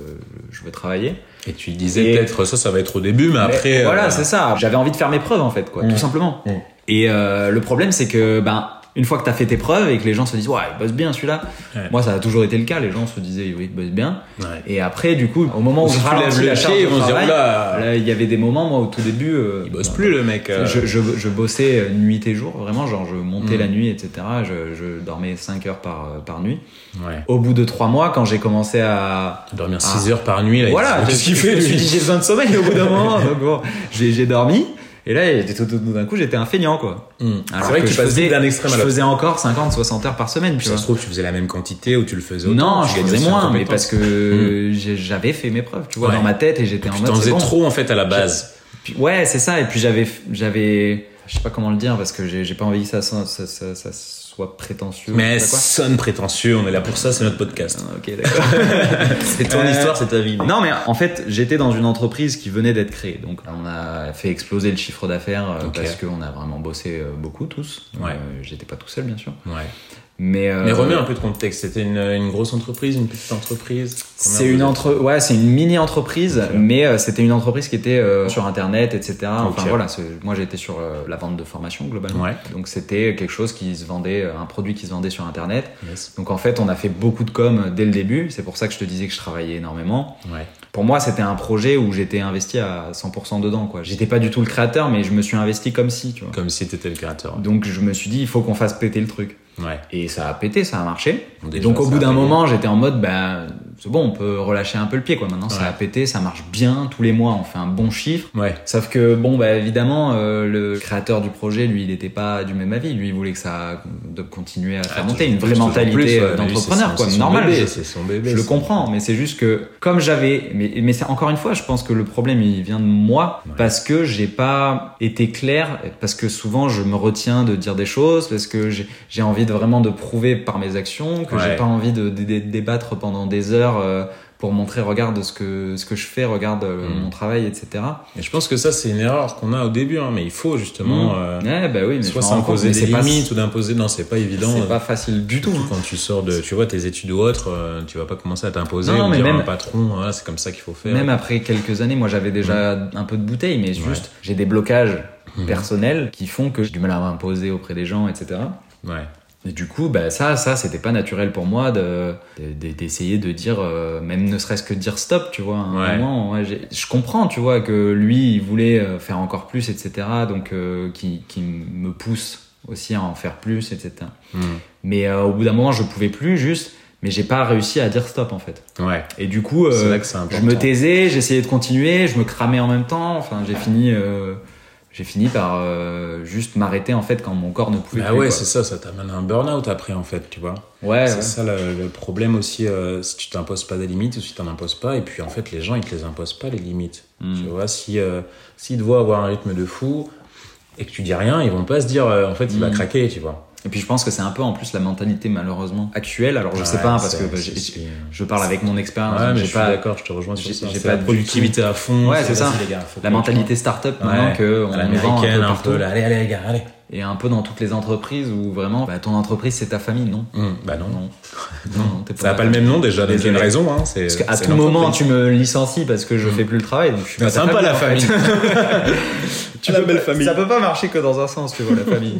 A: je veux travailler.
B: Et tu disais
A: Et-
B: peut-être ça, ça va être au début, mais
A: Mais
B: après.
A: voilà,
B: euh,
A: c'est ça. J'avais envie de faire mes preuves en fait, quoi,
B: Mm.
A: tout Hmm. simplement.
B: Mm.
A: Et euh, le problème, c'est que ben une fois que t'as fait tes preuves et que les gens se disent ouais, il bosse bien celui-là.
B: Ouais.
A: Moi, ça a toujours été le cas. Les gens se disaient oui, il bosse bien.
B: ouais.
A: Et après, du coup, au moment où
B: Si
A: je
B: tu
A: ralentis
B: lèves
A: la
B: le
A: charge
B: pied,
A: de
B: ils vont se dire,
A: travail,
B: oula,
A: Là, il y avait des moments, moi, au tout début. euh,
B: il bosse
A: ben,
B: plus le mec. euh.
A: Je, je, je bossais euh, nuit et jour, vraiment, genre, je montais
B: Mm.
A: la nuit, etc. Je, je dormais 5 heures par, euh, par nuit.
B: Ouais.
A: Au bout de 3 mois, quand j'ai commencé à.
B: Dormir 6 heures par nuit, là.
A: Ah. voilà,
B: qu'est-ce qu'il
A: je-
B: fait,
A: je me suis
B: lui
A: dit, j'ai besoin de sommeil au bout d'un moment. Donc bon, j'ai j'ai dormi. Et là, j'étais tout, tout- tout d'un coup, j'étais un feignant, quoi.
B: Hum. C'est
A: Alors
B: vrai que, tu
A: je
B: faisais
A: faisais,
B: d'un extrême à
A: je
B: l'autre.
A: faisais encore 50, 60 heures par semaine, tu
B: Ça
A: vois.
B: se trouve, tu faisais la même quantité ou tu le faisais autant.
A: Non,
B: tu
A: je
B: gagnais
A: faisais
B: aussi en
A: moins, mais
B: compétence. Hmm.
A: parce que j'ai- j'avais fait mes preuves, tu vois,
B: Ouais.
A: dans ma tête, et j'étais en
B: Tu
A: mode.
B: t'en
A: c'est
B: faisais
A: bon.
B: trop, en fait, à la base.
A: Puis- ouais, c'est ça. Et puis j'avais, j'avais, je sais pas comment le dire parce que j'ai j'ai pas envie que ça, s'en- ça, ça- ça soit prétentieux.
B: Mais
A: je sais pas quoi.
B: sonne prétentieux, on est là pour ça, c'est notre podcast.
A: Ah, Ok, d'accord.
B: <laughs> C'est ton
A: Euh,
B: histoire, c'est ta vie. mec.
A: non, mais en fait, j'étais dans une entreprise qui venait d'être créée. Donc, on a fait exploser le chiffre d'affaires euh,
B: Ok.
A: parce qu'on a vraiment bossé euh, beaucoup tous.
B: Ouais.
A: Euh, j'étais pas tout seul, bien sûr.
B: Ouais.
A: Mais, euh,
B: Mais remets un peu de contexte. C'était une, une grosse entreprise, une petite entreprise.
A: C'est une entre, ouais, c'est une mini entreprise,
B: Ok.
A: mais euh, c'était une entreprise qui était euh, sur internet, etc. Enfin
B: Ok.
A: voilà, c'est- moi j'étais sur euh, la vente de formation globalement.
B: Ouais.
A: Donc c'était quelque chose qui se vendait, euh, un produit qui se vendait sur internet. Donc en fait, on a fait beaucoup de com euh, dès le début. C'est pour ça que je te disais que je travaillais énormément.
B: Ouais.
A: Pour moi, c'était un projet où j'étais investi à 100% dedans. Quoi, j'étais pas du tout le créateur, mais je me suis investi comme si, tu vois.
B: Comme si t'étais le créateur.
A: Donc je me suis dit, il faut qu'on fasse péter le truc.
B: Ouais.
A: Et ça a pété, ça a marché.
B: Déjà,
A: Et donc au
B: ça
A: bout
B: a
A: d'un
B: payé.
A: moment, j'étais en mode, bah, c'est bon, on peut relâcher un peu le pied, quoi. Maintenant,
B: Ouais.
A: ça a pété, ça marche bien, tous les mois, on fait un bon chiffre.
B: Ouais.
A: Sauf que, bon, bah, évidemment, euh, le créateur du projet, lui, il n'était pas du même avis. Lui, il voulait que ça de continuer à
B: Ah,
A: faire monter une vraie mentalité euh, d'entrepreneur, quoi. Normal, je-
B: C'est son bébé.
A: je le
B: c'est-
A: comprends, mais c'est juste que comme j'avais, mais, mais c'est encore une fois, je pense que le problème il vient de moi
B: Ouais.
A: parce que j'ai pas été clair, parce que souvent je me retiens de dire des choses, parce que j'ai j'ai envie de vraiment de prouver par mes actions, que
B: Ouais.
A: j'ai pas envie de, de- de débattre pendant des heures euh, pour montrer, regarde ce que ce que je fais, regarde euh,
B: Mm.
A: mon travail, etc.
B: Et je pense que ça, c'est une erreur qu'on a au début, hein, mais il faut justement.
A: Mm.
B: euh,
A: ouais, bah oui, mais
B: soit
A: je m'en rends compte,
B: s'imposer
A: mais
B: des
A: c'est pas-
B: limites ou d'imposer. Non, c'est pas évident.
A: C'est pas facile du tout.
B: Surtout
A: hein.
B: quand tu sors de, tu vois, tes études ou autres, euh, tu vas pas commencer à t'imposer
A: Non, non,
B: ou
A: mais
B: dire
A: même-
B: à un patron, ah, c'est comme ça qu'il faut faire.
A: Même après quelques années, moi j'avais déjà un peu de bouteille, mais juste j'ai des blocages
B: Mhm.
A: personnels qui font que j'ai du mal à m'imposer auprès des gens, etc.
B: Ouais.
A: Et du coup, bah, ça, ça, c'était pas naturel pour moi de- de- d'essayer de, dire, euh, même ne serait-ce que dire stop, tu vois. à un
B: Ouais.
A: moment, ouais, j'ai- je comprends, tu vois, que lui, il voulait euh, faire encore plus, etc. Donc, euh, qui, qui me pousse aussi à en faire plus, etc.
B: Mm.
A: Mais euh, au bout d'un moment, je pouvais plus, juste, mais j'ai pas réussi à dire stop, en fait.
B: Ouais.
A: Et du coup,
B: c'est
A: euh,
B: là que c'est important.
A: je me taisais, j'essayais de continuer, je me cramais en même temps. Enfin, j'ai fini, euh, j'ai fini par euh, juste m'arrêter en fait quand mon corps ne pouvait
B: Bah
A: plus.
B: ouais,
A: quoi.
B: c'est ça, ça t'amène à un burn-out après, en fait, tu vois.
A: ouais,
B: c'est
A: ouais.
B: ça le, le problème aussi, euh, si tu t'imposes pas des limites ou si t'en imposes pas, et puis en fait, les gens, ils te les imposent pas, les limites.
A: Mm.
B: Tu vois, si, euh, s'ils te voient avoir un rythme de fou et que tu dis rien, ils vont pas se dire, euh, en fait, il va
A: Mm.
B: craquer, tu vois.
A: Et puis je pense que c'est un peu en plus la mentalité malheureusement actuelle. Alors je sais
B: Ah Ouais,
A: pas parce que
B: c'est-
A: bah,
B: c'est-
A: j'ai-
B: c'est-
A: j'ai- je parle avec mon expérience.
B: Ouais,
A: donc
B: mais
A: j'ai
B: je suis
A: pas
B: d'accord, je te rejoins sur
A: j'ai-
B: ça.
A: j'ai
B: C'est
A: pas
B: la
A: du
B: productivité à fond.
A: Ouais, c'est ça.
B: vas-y, les gars, faut
A: la
B: que-
A: mentalité startup
B: Ouais.
A: maintenant que
B: à
A: on me vend un peu
B: l'américaine, un
A: partout
B: peu, là. Allez, allez, les gars, allez.
A: et un peu dans toutes les entreprises où vraiment bah, ton entreprise c'est ta famille non
B: Hum, bah non.
A: non non, non, t'es
B: <laughs> Ça n'a
A: ma
B: pas le même nom déjà, donc il y a une
A: Désolé.
B: raison. Hein, c'est-
A: Parce qu'à
B: c'est
A: tout
B: une
A: moment,
B: entreprise.
A: tu me licencies parce que je
B: Mm.
A: fais plus le travail, donc je suis
B: C'est
A: pas ta
B: sympa la
A: en fait.
B: famille. <laughs>
A: Tu
B: La
A: peux
B: belle
A: pas-
B: famille.
A: Ça peut pas marcher que dans un sens, tu vois, la
B: <laughs>
A: famille.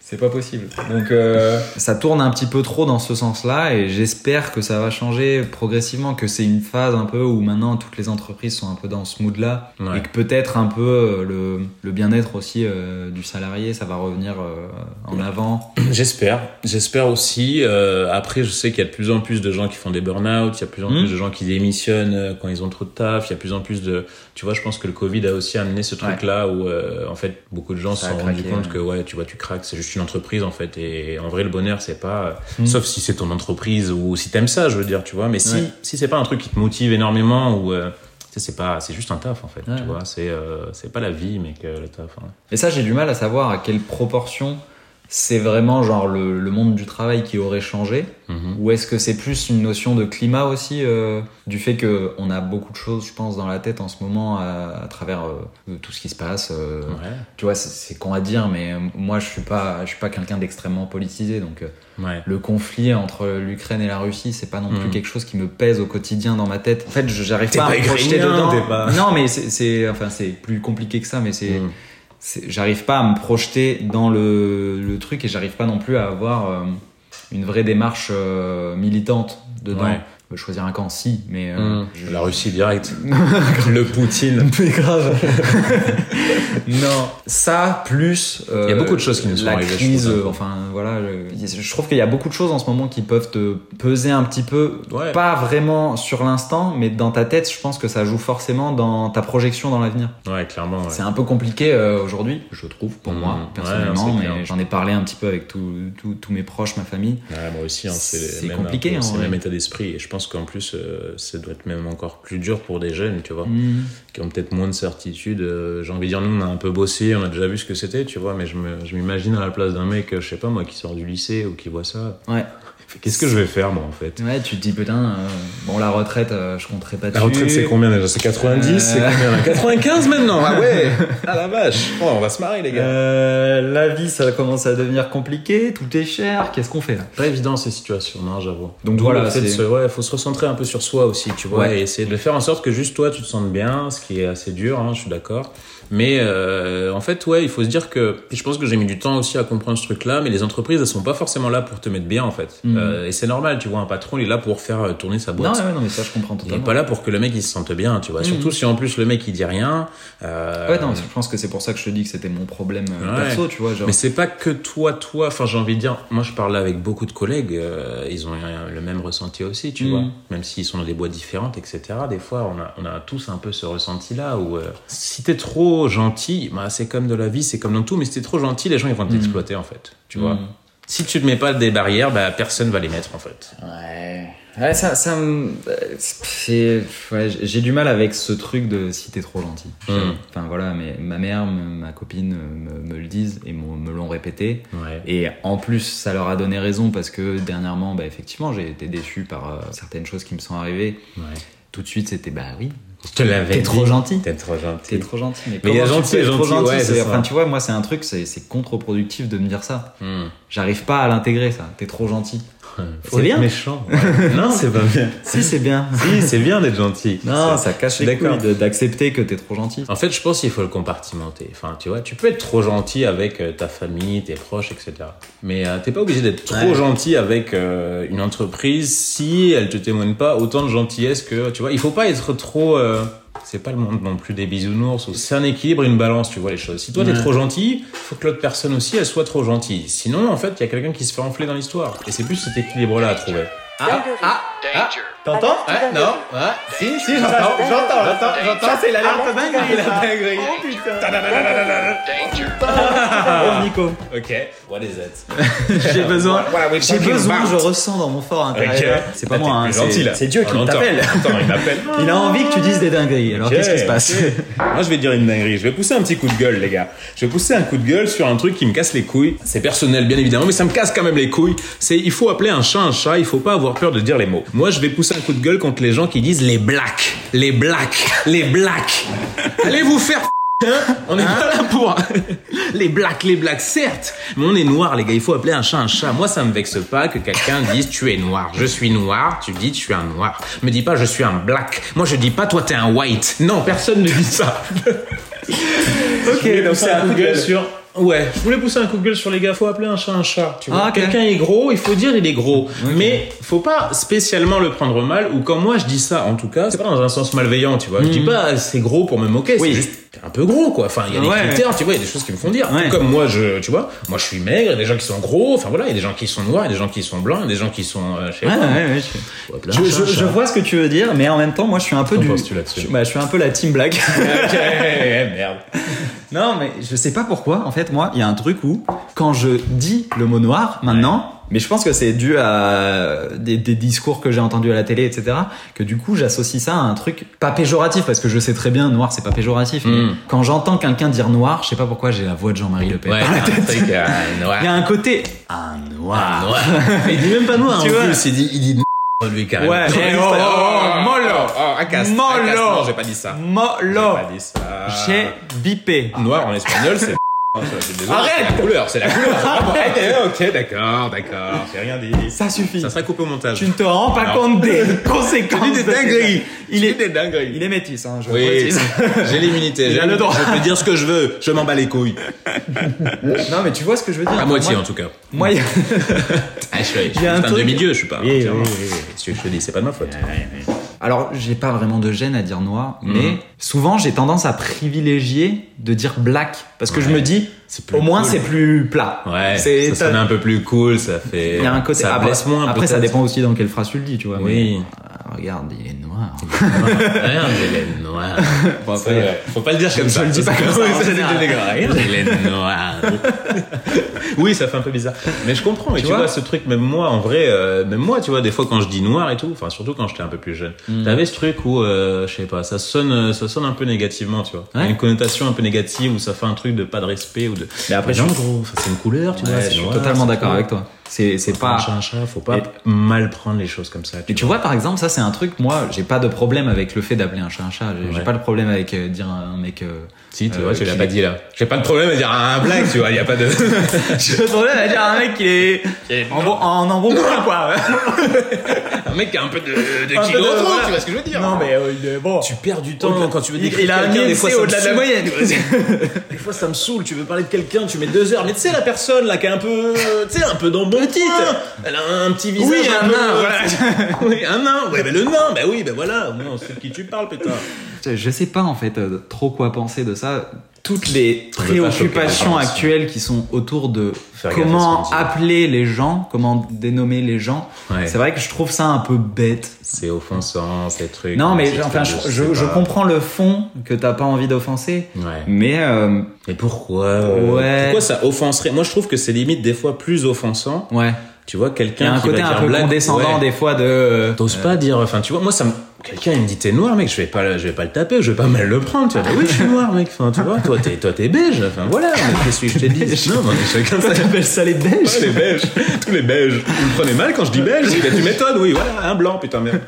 A: C'est pas possible. Donc euh, ça tourne un petit peu trop dans ce sens-là et j'espère que ça va changer progressivement, que c'est une phase un peu où maintenant toutes les entreprises sont un peu dans ce mood-là
B: Ouais.
A: et que peut-être un peu euh, le, le bien-être aussi euh, du salarié, ça va revenir euh, en avant.
B: J'espère, j'espère aussi. Euh, après, je sais qu'il y a de plus en plus de gens qui font des burn-out, il y a de plus en
A: Mhm.
B: plus de gens qui démissionnent euh, quand ils ont trop de taf, il y a de plus en plus de. Tu vois, je pense que le Covid a aussi amené ce truc-là où, euh, en fait, beaucoup de gens se
A: Ça a
B: sont rendus
A: craqué,
B: compte
A: ouais.
B: que, ouais, tu vois, tu craques, c'est juste une entreprise, en fait. Et en vrai, le bonheur, c'est pas. euh,
A: Mhm.
B: Sauf si c'est ton entreprise ou si t'aimes ça, je veux dire, tu vois. Mais si,
A: Ouais.
B: si c'est pas un truc qui te motive énormément ou. euh, tu sais, c'est pas c'est juste un taf en fait
A: Ouais.
B: tu vois c'est euh, c'est pas la vie mais que le taf hein.
A: Et ça, j'ai du mal à savoir à quelle proportion c'est vraiment genre le, le monde du travail qui aurait changé.
B: Mhm.
A: Ou est-ce que c'est plus une notion de climat aussi, euh, du fait que on a beaucoup de choses, je pense, dans la tête en ce moment à, à travers euh, tout ce qui se passe. euh,
B: ouais
A: Tu vois, c'est- c'est con à dire, mais euh, moi je suis pas, je suis pas quelqu'un d'extrêmement politisé, donc euh,
B: ouais
A: le conflit entre l'Ukraine et la Russie, c'est pas non plus
B: Mhm.
A: quelque chose qui me pèse au quotidien dans ma tête. En fait, je- j'arrive
B: T'es
A: pas, à
B: pas
A: me projeter
B: ukrainien,
A: dedans.
B: t'es pas-
A: Non, mais c'est- c'est, enfin, c'est plus compliqué que ça, mais c'est
B: Mhm.
A: c'est- j'arrive pas à me projeter dans le, le truc et j'arrive pas non plus à avoir euh, une vraie démarche euh, militante dedans.
B: Ouais.
A: Je peux choisir un camp, si, mais. euh, <laughs>
B: Mhm.
A: je-
B: la Russie direct le Poutine
A: Mais grave
B: <laughs>
A: Non, ça, plus. euh,
B: Il y a beaucoup de choses qui nous sont
A: La
B: arrivées, je
A: crise,
B: trouve, hein.
A: euh, enfin, voilà. Je, je trouve qu'il y a beaucoup de choses en ce moment qui peuvent te peser un petit peu.
B: ouais
A: Pas vraiment sur l'instant, mais dans ta tête, je pense que ça joue forcément dans ta projection dans l'avenir.
B: Ouais, clairement. Ouais.
A: C'est un peu compliqué euh, aujourd'hui, je trouve, pour
B: Mhm.
A: moi,
B: Ouais,
A: personnellement,
B: c'est clair.
A: mais j'en ai parlé un petit peu avec tous tous- tous mes proches, ma famille.
B: Ouais, moi aussi, hein, c'est
A: C'est
B: le même-
A: compliqué,
B: un peu-
A: en
B: C'est le
A: vrai.
B: même état d'esprit. Et je pense qu'en plus, euh, ça doit être même encore plus dur pour des jeunes, tu vois,
A: Mhm.
B: qui ont peut-être moins de certitude. Euh, J'ai envie de dire, nous, on a un peu bossé, on a déjà vu ce que c'était, tu vois, mais je me- je m'imagine à la place d'un mec, euh, je sais pas moi, qui sort du lycée ou qui voit ça.
A: Ouais.
B: <laughs> Qu'est-ce que je vais faire, moi, en fait
A: Ouais, tu te dis putain, euh, bon la retraite, euh, je compterai pas
B: La
A: dessus.
B: retraite, c'est combien déjà C'est 90 C'est
A: Euh.
B: combien là 95 maintenant Ah
A: <laughs>
B: ouais Ah la vache Oh, On va se marrer, les gars
A: Euh, la vie, ça commence à devenir compliqué, tout est cher, qu'est-ce qu'on fait là
B: Pas évident ces situations, non, j'avoue.
A: Donc
B: D'où
A: voilà,
B: le fait de
A: c'est-
B: se- ouais, faut se recentrer un peu sur soi aussi, tu vois,
A: Ouais.
B: et essayer de faire en sorte que juste toi tu te sentes bien, ce qui est assez dur, hein, je suis d'accord. Mais euh, en fait, ouais, il faut se dire que puis je pense que j'ai mis du temps aussi à comprendre ce truc-là, mais les entreprises elles sont pas forcément là pour te mettre bien en fait.
A: Mhm.
B: Euh, et c'est normal, tu vois, un patron il est là pour faire euh, tourner sa
A: Non,
B: boîte.
A: ouais, ouais, non, mais ça je comprends
B: Il est
A: totalement.
B: pas là pour que le mec il se sente bien, tu vois.
A: Mhm.
B: Surtout si en plus le mec il dit rien. euh,
A: Ouais, non, je pense que c'est pour ça que je te dis que c'était mon problème euh,
B: Ouais.
A: perso, tu vois. Genre,
B: Mais c'est pas que toi, toi. Enfin, j'ai envie de dire, moi, je parle avec beaucoup de collègues. euh, ils ont euh, le même ressenti aussi, tu
A: Mm.
B: vois. Même s'ils sont dans des boîtes différentes, etc. Des fois, on a, on a tous un peu ce ressenti-là où euh, si t'es trop gentil, bah, c'est comme de la vie, c'est comme dans tout. Mais si t'es trop gentil, les gens ils vont t'exploiter en fait, tu vois.
A: Mm.
B: Si tu te mets pas des barrières, bah personne va les mettre en fait.
A: Ouais. Ouais, ça, ça me- euh, c'est- ouais, j'ai- j'ai du mal avec ce truc de si t'es trop gentil.
B: Mm.
A: Enfin voilà, mais ma mère, me- ma copine me, me le disent et m'ont- me l'ont répété.
B: Ouais.
A: Et en plus, ça leur a donné raison parce que dernièrement, bah, effectivement, j'ai été déçu par euh, certaines choses qui me sont arrivées.
B: ouais.
A: Tout de suite, c'était bah oui,
B: Je te l'avais
A: t'es trop
B: dit.
A: gentil.
B: T'es trop gentil.
A: T'es trop gentil. Mais,
B: il y a
A: comment tu
B: gentil
A: peux
B: et
A: être trop
B: gentil, ouais,
A: C'est-
B: c'est ça.
A: enfin, tu vois, moi, c'est un truc, c'est c'est contre-productif de me dire ça.
B: Mm.
A: J'arrive pas à l'intégrer, ça. T'es trop gentil.
B: Faut
A: C'est
B: être
A: bien.
B: Méchant. non, c'est pas
A: <laughs>
B: bien.
A: si, c'est bien.
B: si, c'est bien d'être gentil.
A: Non, ça cache
B: je suis
A: les couilles
B: d'accord.
A: de- d'accepter que t'es trop gentil.
B: En fait, je pense qu'il faut le compartimenter. Enfin, tu vois, tu peux être trop gentil avec euh, ta famille, tes proches, etc. Mais euh, t'es pas obligé d'être trop
A: Ouais.
B: gentil avec euh, une entreprise si elle te témoigne pas autant de gentillesse que, tu vois, il faut pas être trop. euh, c'est pas le monde non plus des bisounours. ou- C'est un équilibre, une balance, tu vois les choses. Si toi t'es
A: Ouais.
B: trop gentil, faut que l'autre personne aussi elle soit trop gentille. Sinon, en fait, il y a quelqu'un qui se fait enfler dans l'histoire. Et c'est plus cet équilibre-là à trouver.
A: Ah, ah, ah. T'entends
B: Ouais, non, ouais, si, si, j'entends, j'entends, j'entends, j'entends. c'est l'alerte dinguerie, <laughs> la dinguerie.
A: Ah, Nico.
B: Ok, what is it?
A: J'ai besoin.
B: What are we
A: J'ai
B: talking
A: besoin,
B: about?
A: je ressens dans mon fort intérieur.
B: Ok.
A: C'est pas
B: Là,
A: moi,
B: t'es
A: hein.
B: plus gentil, là.
A: C'est c'est Dieu qui
B: On l'entend.
A: t'appelle.
B: Attends, il m'appelle.
A: Il a envie que tu dises des dingueries. Alors
B: Ok,
A: qu'est-ce qui se passe
B: ok. <laughs> Moi, je vais dire une dinguerie. Je vais pousser un petit coup de gueule, les gars. Je vais pousser un coup de gueule sur un truc qui me casse les couilles. C'est personnel, bien évidemment, mais ça me casse quand même les couilles. C'est, il faut appeler un chat un chat. Il faut pas avoir peur de dire les mots. Moi, je vais pousser un coup de gueule contre les gens qui disent les blacks, les blacks, les <laughs> blacks. Allez vous faire. hein on est pas là pour <laughs> les blacks, les blacks, certes, mais on est noir, les gars. Il faut appeler un chat un chat. Moi, ça me vexe pas que quelqu'un dise tu es noir. Je suis noir. Tu dis tu es un noir. Me dis pas je suis un black. Moi, je dis pas toi t'es un white. Non, personne ne dit <laughs> ça.
A: Ok,
B: donc c'est un coup de gueule sur. Ouais, je voulais pousser un coup de gueule sur les gars. Faut appeler un chat un chat. Tu vois,
A: Ah, ok.
B: quelqu'un est gros, il faut dire il est gros. Mais faut pas spécialement le prendre mal. Ou quand moi je dis ça, en tout cas, c'est pas dans un sens malveillant, tu vois. Je dis pas euh, c'est gros pour me moquer.
A: Mhm. Oui.
B: C'est juste t'es un peu gros, quoi. Enfin, il y a des
A: Ouais.
B: critères, tu vois. Il y a des choses qui me font dire.
A: Ouais.
B: Tout Comme moi, je, tu vois, moi je suis maigre. Il y a des gens qui sont gros. Enfin voilà, il y a des gens qui sont noirs, il y a des gens qui sont blancs, il y a des gens qui sont. euh, je sais
A: Ouais,
B: pas.
A: ouais, ouais, je-
B: Faut appeler un
A: Je,
B: chat un
A: je- je <laughs>
B: chat.
A: vois ce que tu veux dire, mais en même temps, moi, je suis un peu
B: Qu'en
A: du.
B: penses-tu là-dessus
A: je, bah, je suis un peu la team black.
B: Ok, merde.
A: non, mais je sais pas pourquoi. En fait, moi, il y a un truc où, quand je dis le mot noir maintenant, mais je pense que c'est dû à des, des discours que j'ai entendus à la télé, etc. Que du coup, j'associe ça à un truc pas péjoratif, parce que je sais très bien, noir, c'est pas péjoratif. mais
B: Mm.
A: quand j'entends quelqu'un dire noir, je sais pas pourquoi j'ai la voix de Jean-Marie Le Pen.
B: Ouais,
A: dans la
B: un
A: tête.
B: truc, euh, noir.
A: <laughs> Il y a un côté. Un noir.
B: Ah, noir.
A: <laughs>
B: il dit même pas noir
A: Tu
B: en
A: vois.
B: plus, il dit, il dit n- lui carrément.
A: Ouais.
B: Eh,
A: Oh, oh, mollo.
B: oh, acasse,
A: Mollo.
B: acasse, non, j'ai pas dit ça.
A: Mollo.
B: J'ai pas dit ça. Ah.
A: J'ai bipé.
B: Noir en espagnol, c'est. <laughs> Oh, je suis désolé,
A: Ah. Arrête.
B: C'est la couleur, c'est la
A: <laughs>
B: couleur. Ah, bon, ok, ok, d'accord, d'accord. J'ai rien dit.
A: Ça suffit.
B: Ça sera coupé au montage.
A: Tu ne te rends pas
B: Non.
A: compte des
B: <laughs> Je
A: conséquences.
B: dis des
A: de ces-
B: dingueries.
A: Il
B: Je
A: est,
B: dis des dingueries.
A: il est métis, hein, je
B: Oui,
A: précise.
B: j'ai l'immunité.
A: Il
B: j'ai
A: a le
B: l'immunité.
A: droit.
B: Je peux dire ce que je veux. Je m'en bats les couilles.
A: Non, mais tu vois ce que je veux dire.
B: À moitié, hein. en
A: Moi,
B: tout cas.
A: moi, <laughs> il y a-
B: Ah, je suis je suis
A: un
B: un
A: truc-
B: demi-dieu, je suis pas.
A: Oui, oui,
B: entièrement.
A: oui, oui,
B: Qu'est-ce que je te dis C'est pas de ma faute.
A: Alors, j'ai pas vraiment de gêne à dire noir,
B: Mhm.
A: mais souvent j'ai tendance à privilégier de dire black parce que je
B: Ouais.
A: me dis,
B: C'est plus
A: au moins
B: cool.
A: c'est plus plat.
B: Ouais,
A: C'est-
B: ça sonne un peu plus cool, ça fait.
A: Il y a un côté.
B: Ça
A: après,
B: blesse moins.
A: après, ça <laughs>
B: peut-être.
A: dépend aussi dans quelle phrase tu le dis, tu vois.
B: Oui.
A: mais, euh, regarde, il est
B: <laughs>
A: noir.
B: Regarde, il est noir.
A: Bon,
B: C'est vrai. Faut pas le dire
A: Je-
B: comme
A: je
B: ça.
A: le dis pas comme ça, en
B: c'est
A: général.
B: dégueulasse. Regarde, il est <laughs> noir. oui, ça fait un peu bizarre. Mais je comprends. Mais tu,
A: Tu
B: vois,
A: vois
B: ce truc, même moi, en vrai, euh, même moi, tu vois, des fois quand je dis noir et tout, enfin surtout quand j'étais un peu plus jeune,
A: Mm.
B: t'avais ce truc où, euh, je sais pas, ça sonne, euh, ça sonne un peu négativement, tu vois. Il y a
A: Ouais.
B: Une connotation un peu négative où ça fait un truc de pas de respect ou de. Mais après,
A: je suis-
B: gros, ça, c'est une couleur, tu vois.
A: Ouais,
B: c'est
A: je suis
B: noir,
A: totalement
B: c'est
A: d'accord
B: tout.
A: avec toi. C'est c'est
B: Faut prendre
A: pas.
B: chat, un chat, faut pas
A: Et-
B: mal prendre les choses comme ça.
A: Mais tu vois, par exemple, ça c'est un truc, moi, j'ai pas de problème avec le fait d'appeler un chat un chat. J'ai j'ai
B: Ouais.
A: pas de problème avec euh, dire à un mec. euh, <laughs>
B: Si, tu
A: Euh,
B: vois, tu l'as
A: qui-
B: pas dit là. J'ai pas de problème à dire un blague, tu vois, il y a pas de.
A: J'ai pas de problème à dire à un mec qu'il est. En gros, en, en bon point, quoi.
B: un mec qui a un peu de, de
A: Un peu
B: kilos
A: de-
B: en trop,
A: voilà.
B: tu vois ce que je veux dire.
A: euh, bon.
B: <laughs> Tu perds du temps quand tu veux décrire
A: il a un
B: quelqu'un, des
A: IMC
B: fois ça
A: au-delà de la
B: me saoule.
A: <laughs> moyenne.
B: Des fois ça me saoule, tu veux parler de quelqu'un, tu mets deux heures, mais tu sais la personne là qui a un peu, euh, tu sais un peu dans bon titre, elle a un petit visage,
A: Oui, un
B: peu- euh,
A: nain, voilà.
B: <laughs> oui un nain, ouais ben le nain, ben oui ben voilà, au moins on sait de qui tu parles putain.
A: Je sais pas en fait euh, trop quoi penser de ça. Toutes les
B: On veut pas choquer les
A: préoccupations
B: gens,
A: actuelles qui sont autour de
B: Faire gaffe à
A: comment
B: ce qu'on dit.
A: appeler les gens, comment dénommer les gens.
B: Ouais.
A: C'est vrai que je trouve ça un peu bête.
B: C'est offensant ces trucs.
A: Non, mais
B: ces
A: enfin, je,
B: trucs de-
A: je,
B: sais
A: je
B: pas.
A: comprends le fond que t'as pas envie d'offenser,
B: Ouais.
A: mais euh,
B: Mais pourquoi euh,
A: Ouais.
B: Pourquoi ça offenserait Moi je trouve que c'est limite des fois plus offensant.
A: ouais.
B: Tu vois
A: Il y a
B: quelqu'un
A: un
B: qui
A: côté
B: va
A: un
B: dire
A: peu
B: blague,
A: condescendant
B: ouais.
A: des fois de. euh,
B: T'oses pas dire, enfin tu vois, moi ça me... Quelqu'un il me dit t'es noir mec, je vais pas, le- je vais pas le taper, je vais pas mal le prendre, tu vois. Bah oui je suis noir mec, enfin tu vois, toi t'es, toi t'es beige, enfin voilà, mais qu'est-ce que je t'ai dit Non mais chacun
A: <laughs>
B: sa...
A: T'appelles ça les beiges
B: <laughs> les beiges, tous les beiges. Vous me prenez mal quand je dis beige Bah, Tu m'étonnes, oui, voilà, un blanc putain merde.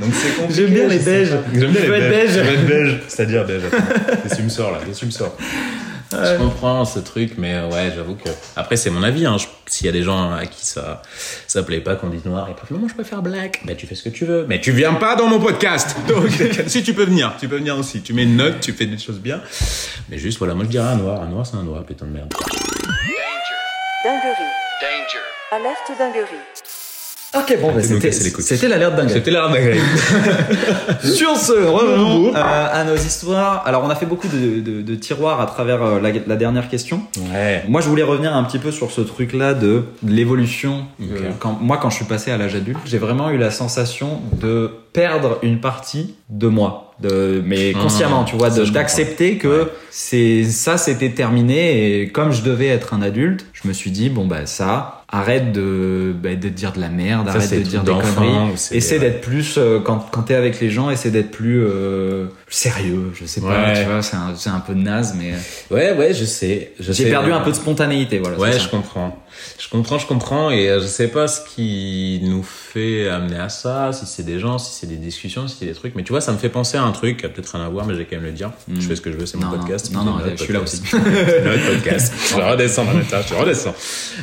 B: Donc c'est compliqué.
A: J'aime bien les
B: je sais
A: beiges.
B: pas. J'aime bien
A: Je
B: les
A: veux être
B: beiges.
A: beige.
B: Je veux être beige, c'est-à-dire beige. attends. <laughs> Qu'est-ce que tu me sors là Qu'est-ce que tu me sors je comprends ce truc, mais euh, ouais, j'avoue que. Après, c'est mon avis. Hein. Je- S'il y a des gens à qui ça ça plaît pas qu'on dise noir, et pas non, je préfère black. Bah, tu fais ce que tu veux. Mais tu viens pas dans mon podcast. <laughs> Donc, si tu peux venir, tu peux venir aussi. Tu mets une note, tu fais des choses bien. Mais juste, voilà, moi je dirais un noir. Un noir, c'est un noir, putain de merde.
C: Dinguerie.
D: Danger.
C: Alerte dinguerie.
A: Ok, bon, bah,
B: Arrêtez de nous
A: c'était
B: casser les couilles.
A: c'était l'alerte d'un
B: C'était la Maghreb.
A: Sur ce, revenons euh, à nos histoires. Alors, on a fait beaucoup de, de- de tiroirs à travers euh, la, la dernière question.
B: Ouais.
A: Moi, je voulais revenir un petit peu sur ce truc-là de l'évolution. Euh,
B: Ok.
A: quand, moi, quand je suis passé à l'âge adulte, j'ai vraiment eu la sensation de perdre une partie de moi. De, mais
B: Mmh.
A: consciemment, tu vois,
B: Ça,
A: de-
B: je
A: d'accepter
B: comprends.
A: que c'est ça, c'était terminé. Et comme je devais être un adulte, je me suis dit, bon, bah, ça, arrête de, bah, de dire de la merde,
B: Ça,
A: arrête
B: c'est
A: de
B: des
A: dire des
B: trucs
A: conneries.
B: d'enfant, ou
A: Essaie d'être plus euh, quand quand t'es avec les gens, essaie d'être plus euh, sérieux. Je sais pas,
B: Ouais.
A: tu vois, c'est un, c'est un peu naze, mais euh,
B: Ouais, ouais, je sais. je
A: j'ai
B: sais.
A: perdu un peu de spontanéité, voilà.
B: Ouais,
A: c'est
B: je
A: ça.
B: comprends. Je comprends, je comprends. Et euh, je sais pas ce qui nous fait amener à ça, si c'est des gens, si c'est des discussions, si c'est des trucs. Mais tu vois, ça me fait penser à un truc qui a peut-être rien à voir, mais j'ai quand même le dire.
A: Mm.
B: Je fais ce que je veux, c'est mon
A: Non, non,
B: podcast.
A: non, non,
B: C'est notre
A: je suis là
B: podcast.
A: aussi.
B: <laughs> C'est notre podcast. Je vais redescendre, attends, je redescends.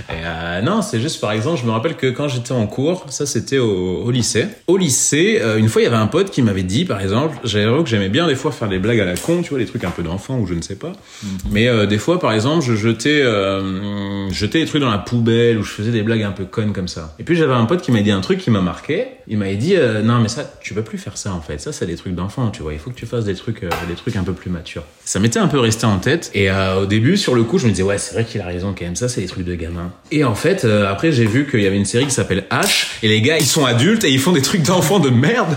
B: Et euh, non, c'est juste, par exemple, je me rappelle que quand j'étais en cours, ça c'était au, au lycée. Au lycée, euh, une fois, il y avait un pote qui m'avait dit, par exemple, j'avoue que j'aimais bien des fois faire des blagues à la con, tu vois, des trucs un peu d'enfant ou je ne sais pas. Mais euh, des fois, par exemple, je jetais, euh, je jetais des trucs dans la poubelle ou je faisais des blagues un peu connes comme ça. Et puis j'avais un pote qui m'a dit un truc qui m'a marqué. Il m'avait dit euh, non mais ça, tu peux plus faire ça en fait. Ça, c'est des trucs d'enfant, tu vois. Il faut que tu fasses des trucs, euh, des trucs un peu plus matures. Ça m'était un peu resté en tête. Et euh, au début, sur le coup, je me disais ouais, c'est vrai qu'il a raison quand même. Ça, c'est des trucs de gamin. Et en fait, euh, après, j'ai vu qu'il y avait une série qui s'appelle H. Et les gars, ils sont adultes et ils font des trucs d'enfants de merde.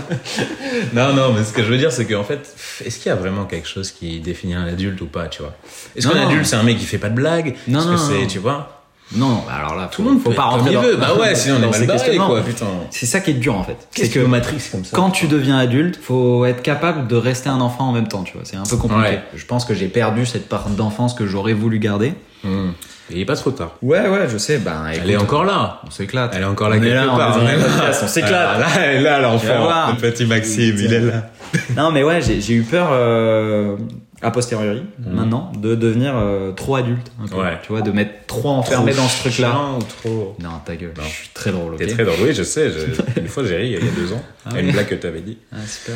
B: non, non, mais ce que je veux dire, c'est qu'en fait, est-ce qu'il y a vraiment quelque chose qui définit un adulte ou pas, tu vois Est-ce
A: Non,
B: qu'un
A: non.
B: adulte, c'est un mec qui fait pas de blagues
A: Non,
B: Est-ce que
A: non,
B: c'est,
A: non.
B: tu vois
A: Non, bah alors là,
B: Tout le monde
A: faut
B: peut
A: pas
B: être comme
A: rentrer
B: il
A: dans. <laughs>
B: veut. Bah ouais, sinon on est
A: dans
B: mal
A: ces
B: barré,
A: questionnements.
B: quoi, putain.
A: C'est ça qui est dur en fait. C'est que
B: Matrix comme ça
A: quand tu deviens adulte, faut être capable de rester un enfant en même temps, tu vois. C'est un peu compliqué.
B: Ouais.
A: Je pense que j'ai perdu cette part d'enfance que j'aurais voulu garder.
B: Hmm. Et il est pas trop tard.
A: Ouais, ouais, je sais. Ben,
B: Elle est encore là.
A: On s'éclate.
B: bah, Elle est encore là
A: On est
B: quelque
A: là, on
B: part.
A: est dans
B: hein.
A: le podcast, on s'éclate.
B: Ah, Là, elle est là,
A: Tu vas
B: l'enfant.
A: voir.
B: Le petit Maxime, il est là.
A: <laughs> Non, mais ouais, j'ai j'ai eu peur euh, a posteriori, maintenant, de devenir euh, trop adulte. un peu.
B: Mhm. Ouais.
A: Tu vois, de m'être trop enfermé dans ce truc-là.
B: Chiant ou trop.
A: Non, ta gueule,
B: Non.
A: je suis très drôle, ok
B: T'es très drôle. Oui, je sais. je-
A: <laughs>
B: Une fois, j'ai ri il y a deux ans.
A: Ah
B: à Une
A: oui.
B: blague que t'avais dit.
A: Ah, super.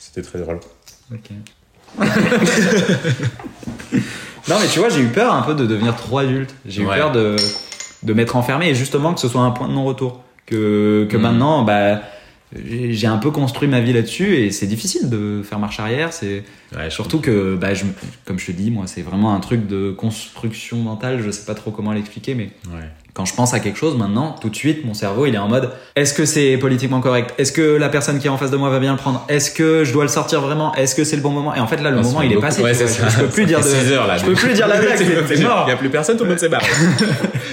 B: C'était très drôle.
A: Ok. <laughs> non, mais tu vois, j'ai eu peur un peu de devenir trop adulte. J'ai eu
B: Ouais.
A: peur de, de m'être enfermé et justement que ce soit un point de non-retour. Que, que
B: Mm.
A: maintenant, bah, j'ai j'ai un peu construit ma vie là-dessus et c'est difficile de faire marche arrière. C'est
B: Ouais, surtout.
A: surtout que, bah, je, me- comme je te dis, moi, c'est vraiment un truc de construction mentale. Je sais pas trop comment l'expliquer, mais Quand je pense à quelque chose maintenant, tout de suite, mon cerveau, il est en mode est-ce que c'est politiquement correct Est-ce que la personne qui est en face de moi va bien le prendre Est-ce que je dois le sortir vraiment Est-ce que c'est le bon moment Et en fait, là, le
B: Ah,
A: moment,
B: c'est
A: il est
B: beaucoup.
A: passé.
B: Ouais,
A: tu
B: c'est
A: vois.
B: ça.
A: Je peux plus dire de-
B: Ça fait six heures, là.
A: Je peux plus dire
B: <laughs>
A: la blague. t'es- T'es
B: Il
A: mort.
B: n'y a plus personne, tout le monde
A: <laughs>
B: s'est barré.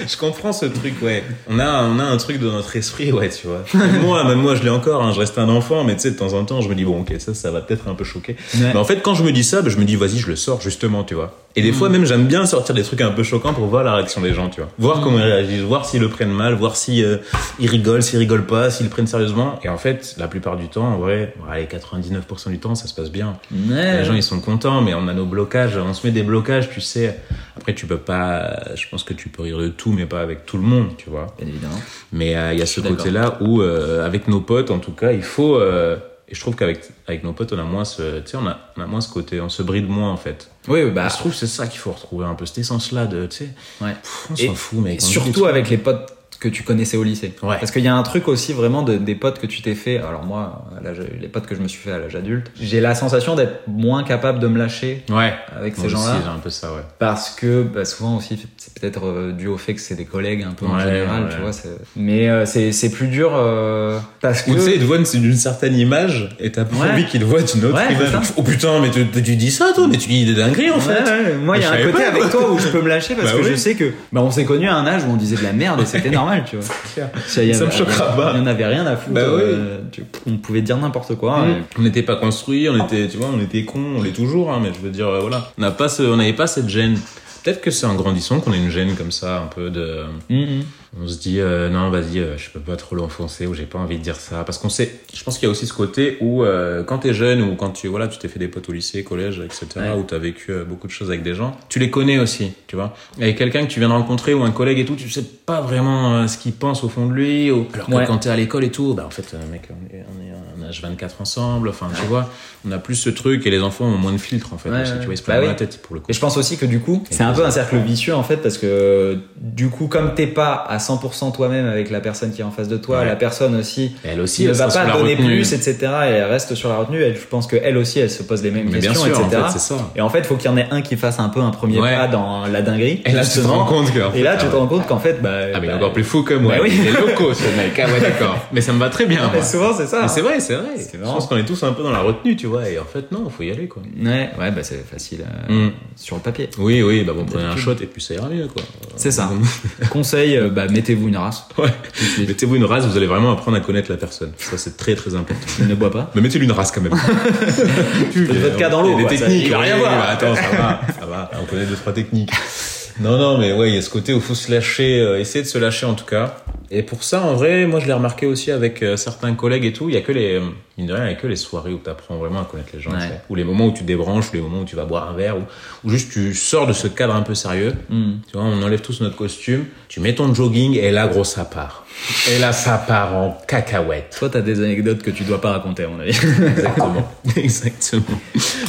B: je comprends ce truc, ouais. On a, on a un truc dans notre esprit, ouais, tu vois. Même moi, même moi, je l'ai encore, hein, je reste un enfant, mais tu sais, de temps en temps, je me dis, bon, ok, ça, ça va peut-être un peu choquer.
A: Ouais.
B: Mais en fait, quand je me dis ça, bah, je me dis, vas-y, je le sors, justement, tu vois. Et des
A: Mm.
B: fois, même, j'aime bien sortir des trucs un peu choquants pour voir la réaction des gens, tu vois. Voir
A: Mm.
B: comment ils réagissent, voir s'ils le prennent mal, voir si euh, ils rigolent, s'ils rigolent pas, s'ils le prennent sérieusement. Et en fait, la plupart du temps, en vrai, bon, allez, 99% du temps, ça se passe bien.
A: Ouais.
B: Les gens ils sont contents, mais on a nos blocages, on se met des blocages, tu sais. Après tu peux pas, euh, je pense que tu peux rire de tout, mais pas avec tout le monde, tu vois.
A: Bien évidemment.
B: Mais euh, il y a
A: Je
B: ce
A: suis d'accord.
B: côté-là où euh, avec nos potes, en tout cas, il faut. euh, et je trouve qu'avec avec nos potes, on a moins ce, tu sais, on a, on a moins ce côté, on se bride moins en fait.
A: Oui, bah,
B: Et je trouve que c'est ça qu'il faut retrouver un peu cette essence-là de, tu sais,
A: ouais.
B: pff, on
A: Et-
B: s'en fout, mais
A: Et surtout avec les potes que tu connaissais au lycée.
B: Ouais.
A: Parce qu'il y a un truc aussi vraiment de- des potes que tu t'es fait. Alors moi, à l'âge- les potes que je me suis fait à l'âge adulte, j'ai la sensation d'être moins capable de me lâcher
B: ouais,
A: avec
B: moi
A: ces
B: aussi, hein.
A: gens-là.
B: j'ai un peu ça, ouais.
A: Parce que bah, souvent aussi, c'est peut-être euh, dû au fait que c'est des collègues un peu en
B: Ouais,
A: général,
B: ouais.
A: tu vois. c'est- Mais euh, c'est c'est plus dur euh, parce que.
B: Ou tu sais, ils te voient d'une- d'une certaine image et t'as pas
A: Ouais.
B: envie qu'ils te voient d'une autre
A: Ouais, c'est
B: image.
A: ça.
B: Oh putain, mais tu, tu dis ça toi, mais tu dis des dingueries en
A: Ouais,
B: fait.
A: ouais, moi, il y a
B: Mais
A: un
B: je savais
A: côté
B: pas,
A: avec
B: moi.
A: toi où je peux me lâcher parce
B: Bah
A: que je
B: oui.
A: sais que bah, on s'est connus à un âge où on disait de la merde et c'était normal,
B: <laughs>
A: tu vois.
B: clair.
A: Ça, y
B: Ça
A: avait-
B: me choquera pas.
A: Il y en avait rien à foutre.
B: Bah oui. Mm.
A: euh, tu- on pouvait dire n'importe quoi. et-
B: On n'était pas construit, on était, tu vois, on était con, on l'est toujours, hein, mais je veux dire, euh, voilà, on n'a pas, ce- on n'avait pas cette gêne. Peut-être que c'est en grandissant qu'on a une gêne comme ça, un peu de, Mm,
A: Mhm.
B: on se dit euh, non, vas-y, euh, je peux pas trop l'enfoncer ou j'ai pas envie de dire ça, parce qu'on sait. Je pense qu'il y a aussi ce côté où euh, quand t'es jeune ou quand tu, voilà, tu t'es fait des potes au lycée, collège, etc.,
A: Ouais.
B: où t'as vécu euh, beaucoup de choses avec des gens, tu les connais aussi, tu vois. Avec quelqu'un que tu viens de rencontrer ou un collègue et tout, tu sais pas vraiment euh, ce qu'il pense au fond de lui, ou... alors que
A: Ouais.
B: quand t'es à l'école et tout, bah en fait, euh, mec, on est, on est un âge 24 ensemble, enfin, tu vois, on a plus ce truc et les enfants ont moins de filtres en fait.
A: Ouais,
B: aussi,
A: ouais.
B: tu vois, ils se
A: Bah
B: prennent
A: oui.
B: pas la tête pour le coup.
A: Et je pense aussi que du coup, c'est un peu un cercle vicieux en fait, parce que du coup, comme t'es pas à 100% toi-même avec la personne qui est en face de toi,
B: Ouais.
A: la personne aussi
B: Et Elle aussi,
A: ne
B: elle
A: va
B: sera
A: pas
B: sur la
A: donner
B: retenue.
A: plus, etc. Et elle reste sur la retenue. Elle, je pense que elle aussi, elle se pose les mêmes
B: Mais bien
A: questions,
B: sûr, en
A: etc.
B: fait, c'est ça.
A: et en fait, faut qu'il y en ait un qui fasse un peu un premier
B: Ouais.
A: pas dans la dinguerie.
B: Et là, tu te
A: justement.
B: rends compte que. en
A: Et
B: fait,
A: là, tu
B: ah
A: te rends compte qu'en fait, bah,
B: Ah, mais il est
A: bah,
B: encore plus fou que moi.
A: Bah oui.
B: Il est loco, ce mec.
A: <laughs>
B: Ah ouais, d'accord. Mais ça me va très bien.
A: mais
B: moi.
A: souvent c'est ça. hein.
B: Mais c'est vrai, c'est vrai.
A: C'est
B: Je
A: marrant.
B: pense qu'on est tous un peu dans la retenue, tu vois. Et en fait, non, faut y aller, quoi.
A: Ouais, ouais, bah c'est facile euh,
B: Mm.
A: sur le papier.
B: Oui, oui, bah bon, prenez un shot
A: D'habitude.
B: et puis ça ira mieux, quoi.
A: C'est ça. <laughs> Conseil, euh, bah mettez-vous une race.
B: Ouais.
A: tout de suite.
B: Mettez-vous une race, vous allez vraiment apprendre à connaître la personne. Ça, c'est très, très important.
A: ne bois pas.
B: Mais mettez-lui une race quand même.
A: Le vodka dans
B: Il y
A: l'eau.
B: a
A: quoi,
B: Des
A: ça,
B: techniques,
A: il va
B: oui,
A: rien
B: oui,
A: voir.
B: bah attends, ça va, ça va. On connaît deux, trois techniques. Non, non, mais ouais, il y a ce côté où faut se lâcher, euh, essayer de se lâcher en tout cas. Et pour ça, en vrai, moi je l'ai remarqué aussi avec euh, certains collègues et tout. Il y a que les, euh, mine de rien, il y a que les soirées où tu apprends vraiment à connaître les gens,
A: Ouais.
B: tu sais. ou les moments où tu débranches, ou les moments où tu vas boire un verre, ou, ou juste tu sors de ce cadre un peu sérieux.
A: Mm.
B: Tu vois, on enlève tous notre costume, tu mets ton jogging et là, gros, ça part. Et là, ça part en cacahuète.
A: Toi, t'as des anecdotes que tu dois pas raconter, à mon
B: <laughs>
A: avis.
B: Exactement. Exactement.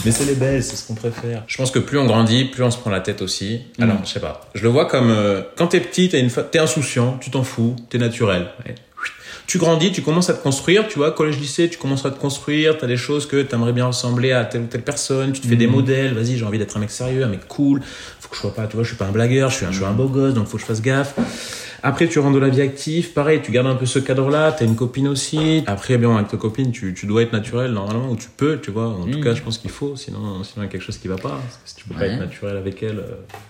B: Mais c'est les belles, c'est ce qu'on préfère. Mm. Je pense que plus on grandit, plus on se prend la tête aussi. Alors, je sais pas. Je le vois comme euh, quand t'es petit, t'es une fa- t'es insouciant, tu t'en fous, t'es naturel. Tu grandis, tu commences à te construire, tu vois, collège, lycée, tu commences à te construire, t'as des choses que t'aimerais bien ressembler à telle ou telle personne, tu te
A: Mhm.
B: fais des modèles, vas-y, j'ai envie d'être un mec sérieux, un mec cool, faut que je sois pas, tu vois, je suis pas un blagueur, je suis un, je suis un beau gosse, donc faut que je fasse gaffe. Après, tu rentres de la vie active, pareil, tu gardes un peu ce cadre-là, t'as une copine aussi. Après, bien, avec ta copine, tu, tu dois être naturel, normalement, ou tu peux, tu vois. En tout cas, je pense qu'il faut, sinon, sinon, il y a quelque chose qui va pas. Parce que si tu peux pas
A: Mhm. Ouais.
B: être naturel avec elle, euh,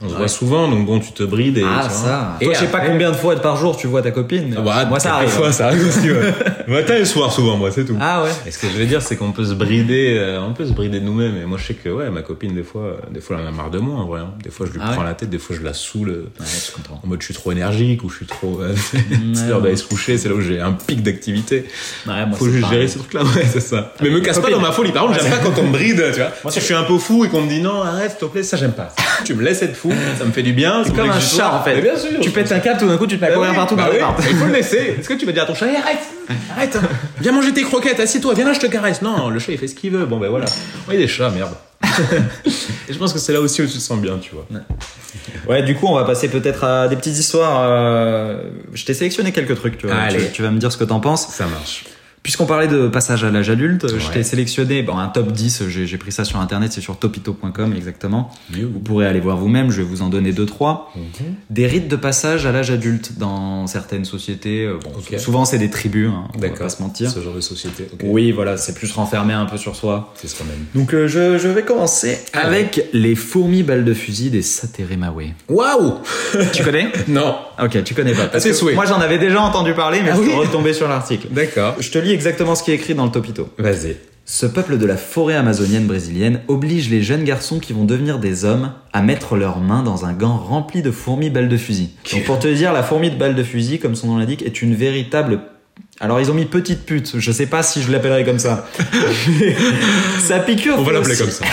B: on se
A: Ouais. Ah,
B: voit souvent, donc bon, tu te brides et. tu vois. Et
A: Toi, je sais pas
B: après-
A: combien de fois par jour tu vois ta copine. mais
B: Ah bah,
A: moi, ça
B: quelques
A: arrive.
B: fois, ça arrive aussi, <laughs> ouais. Matin et soir, souvent, moi, c'est tout.
A: Ah ouais.
B: Et ce que je veux dire, c'est qu'on peut se brider, euh, on peut se brider nous-mêmes. Et moi, je sais que, ouais, ma copine, des fois, euh, des fois, elle en a marre de moi, en vrai. hein. Des fois, je lui
A: Ah
B: prends
A: ouais
B: la tête, des fois, je la saoule. euh,
A: Ouais, je comprends.
B: En mode, je suis trop énergique ou je suis trop. euh, <laughs> c'est l'heure d'aller se coucher, c'est là où j'ai un pic d'activité.
A: Ouais, moi,
B: Faut
A: c'est
B: juste
A: pareil.
B: gérer ces trucs-là, ouais, c'est ça. Mais me
A: les
B: casse pas
A: copines.
B: dans ma folie. Par contre, j'aime pas quand on me bride, tu vois. Moi, si je suis un peu fou et qu'on me dit non, arrête, s'il te plaît, ça, j'aime pas. <laughs> Tu me laisses être fou, ça me fait du bien. ça me
A: Comme
B: fait
A: un
B: que je
A: chat
B: sois-
A: en fait.
B: Mais bien sûr.
A: Tu
B: je
A: pètes
B: pense-
A: un câble, tout d'un coup tu te mets à
B: Bah
A: courir
B: oui,
A: partout
B: bah
A: dans
B: oui,
A: le parc.
B: Il faut le laisser. Est-ce que tu vas dire à ton chat, Eh, arrête, arrête, viens manger tes croquettes, assieds-toi, viens là, je te caresse. Non, le chat, il fait ce qu'il veut. Bon, ben voilà. Oui, des
A: <laughs>
B: chats, merde. Et je pense que c'est là aussi où tu te sens bien, tu vois.
A: Ouais, du coup, on va passer peut-être à des petites histoires. euh, Je t'ai sélectionné quelques trucs, tu vois.
B: Allez.
A: Tu, tu vas me dire ce que t'en penses.
B: Ça marche.
A: Puisqu'on parlait de passage à l'âge adulte, je
B: Ouais.
A: t'ai sélectionné bon, un top 10, j'ai j'ai pris ça sur internet, c'est sur topito.com exactement. Vous pourrez aller voir vous-même, je vais vous en donner deux trois. Des rites de passage à l'âge adulte dans certaines sociétés, euh, bon,
B: Ok.
A: souvent c'est des tribus, hein, on va
B: D'accord.
A: pas se mentir.
B: Ce genre de société. ok.
A: Oui, voilà, c'est plus renfermé un peu sur soi.
B: C'est ce qu'on aime.
A: Donc euh, je, je vais commencer avec les fourmis balles de fusil des Sateremawe.
B: Waouh
A: tu connais
B: Non.
A: Ah, Ok, tu connais pas. Parce
B: tes
A: que
B: souhaits.
A: Moi j'en avais déjà entendu parler, mais
B: Ah
A: je
B: oui
A: suis retombé sur l'article.
B: D'accord.
A: Je te lis exactement ce qui est écrit dans le Topito.
B: Vas-y.
A: Ce peuple de la forêt amazonienne brésilienne oblige les jeunes garçons qui vont devenir des hommes à mettre leurs mains dans un gant rempli de fourmis balles de fusil. Donc pour te dire, la fourmi de balles de fusil, comme son nom l'indique, est une véritable... Alors ils ont mis petite pute, je sais pas si je l'appellerai comme
B: <laughs>
A: ça. sa piqûre
B: On va
A: fait
B: l'appeler
A: aussi-
B: comme ça.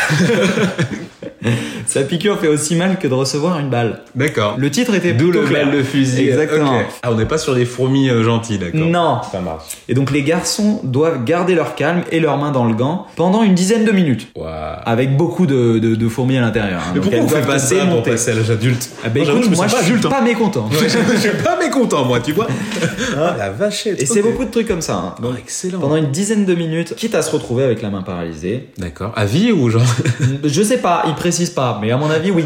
A: Sa piqûre fait aussi mal que de recevoir une balle.
B: D'accord.
A: Le titre était
B: D'où le
A: plutôt clair.
B: mal de fusil.
A: Exactement.
B: Ok. Ah, on n'est pas sur des fourmis euh, gentilles, d'accord.
A: Non.
B: Ça marche.
A: Et donc les garçons doivent garder leur calme et leurs mains dans le gant pendant une dizaine de minutes.
B: Waouh.
A: Avec beaucoup de, de- de fourmis à l'intérieur. hein.
B: Mais
A: Ah, Donc,
B: pourquoi
A: elles
B: on fait
A: doivent
B: pas
A: te
B: ça pour
A: démonter.
B: passer à l'âge adulte
A: Ah bah
B: Moi, j'avoue,
A: écoute,
B: me
A: moi
B: sens
A: je
B: pas
A: suis
B: adulte, hein.
A: pas mécontent.
B: Ouais, <laughs> je, je suis pas mécontent, moi, tu vois. Ah, la vachette.
A: Et c'est beaucoup de trucs comme ça. hein.
B: Bon, excellent.
A: Pendant une dizaine de minutes, quitte à se retrouver avec la main paralysée.
B: D'accord. À vie ou genre <laughs>
A: Je sais pas, il précise pas, mais à mon avis, oui.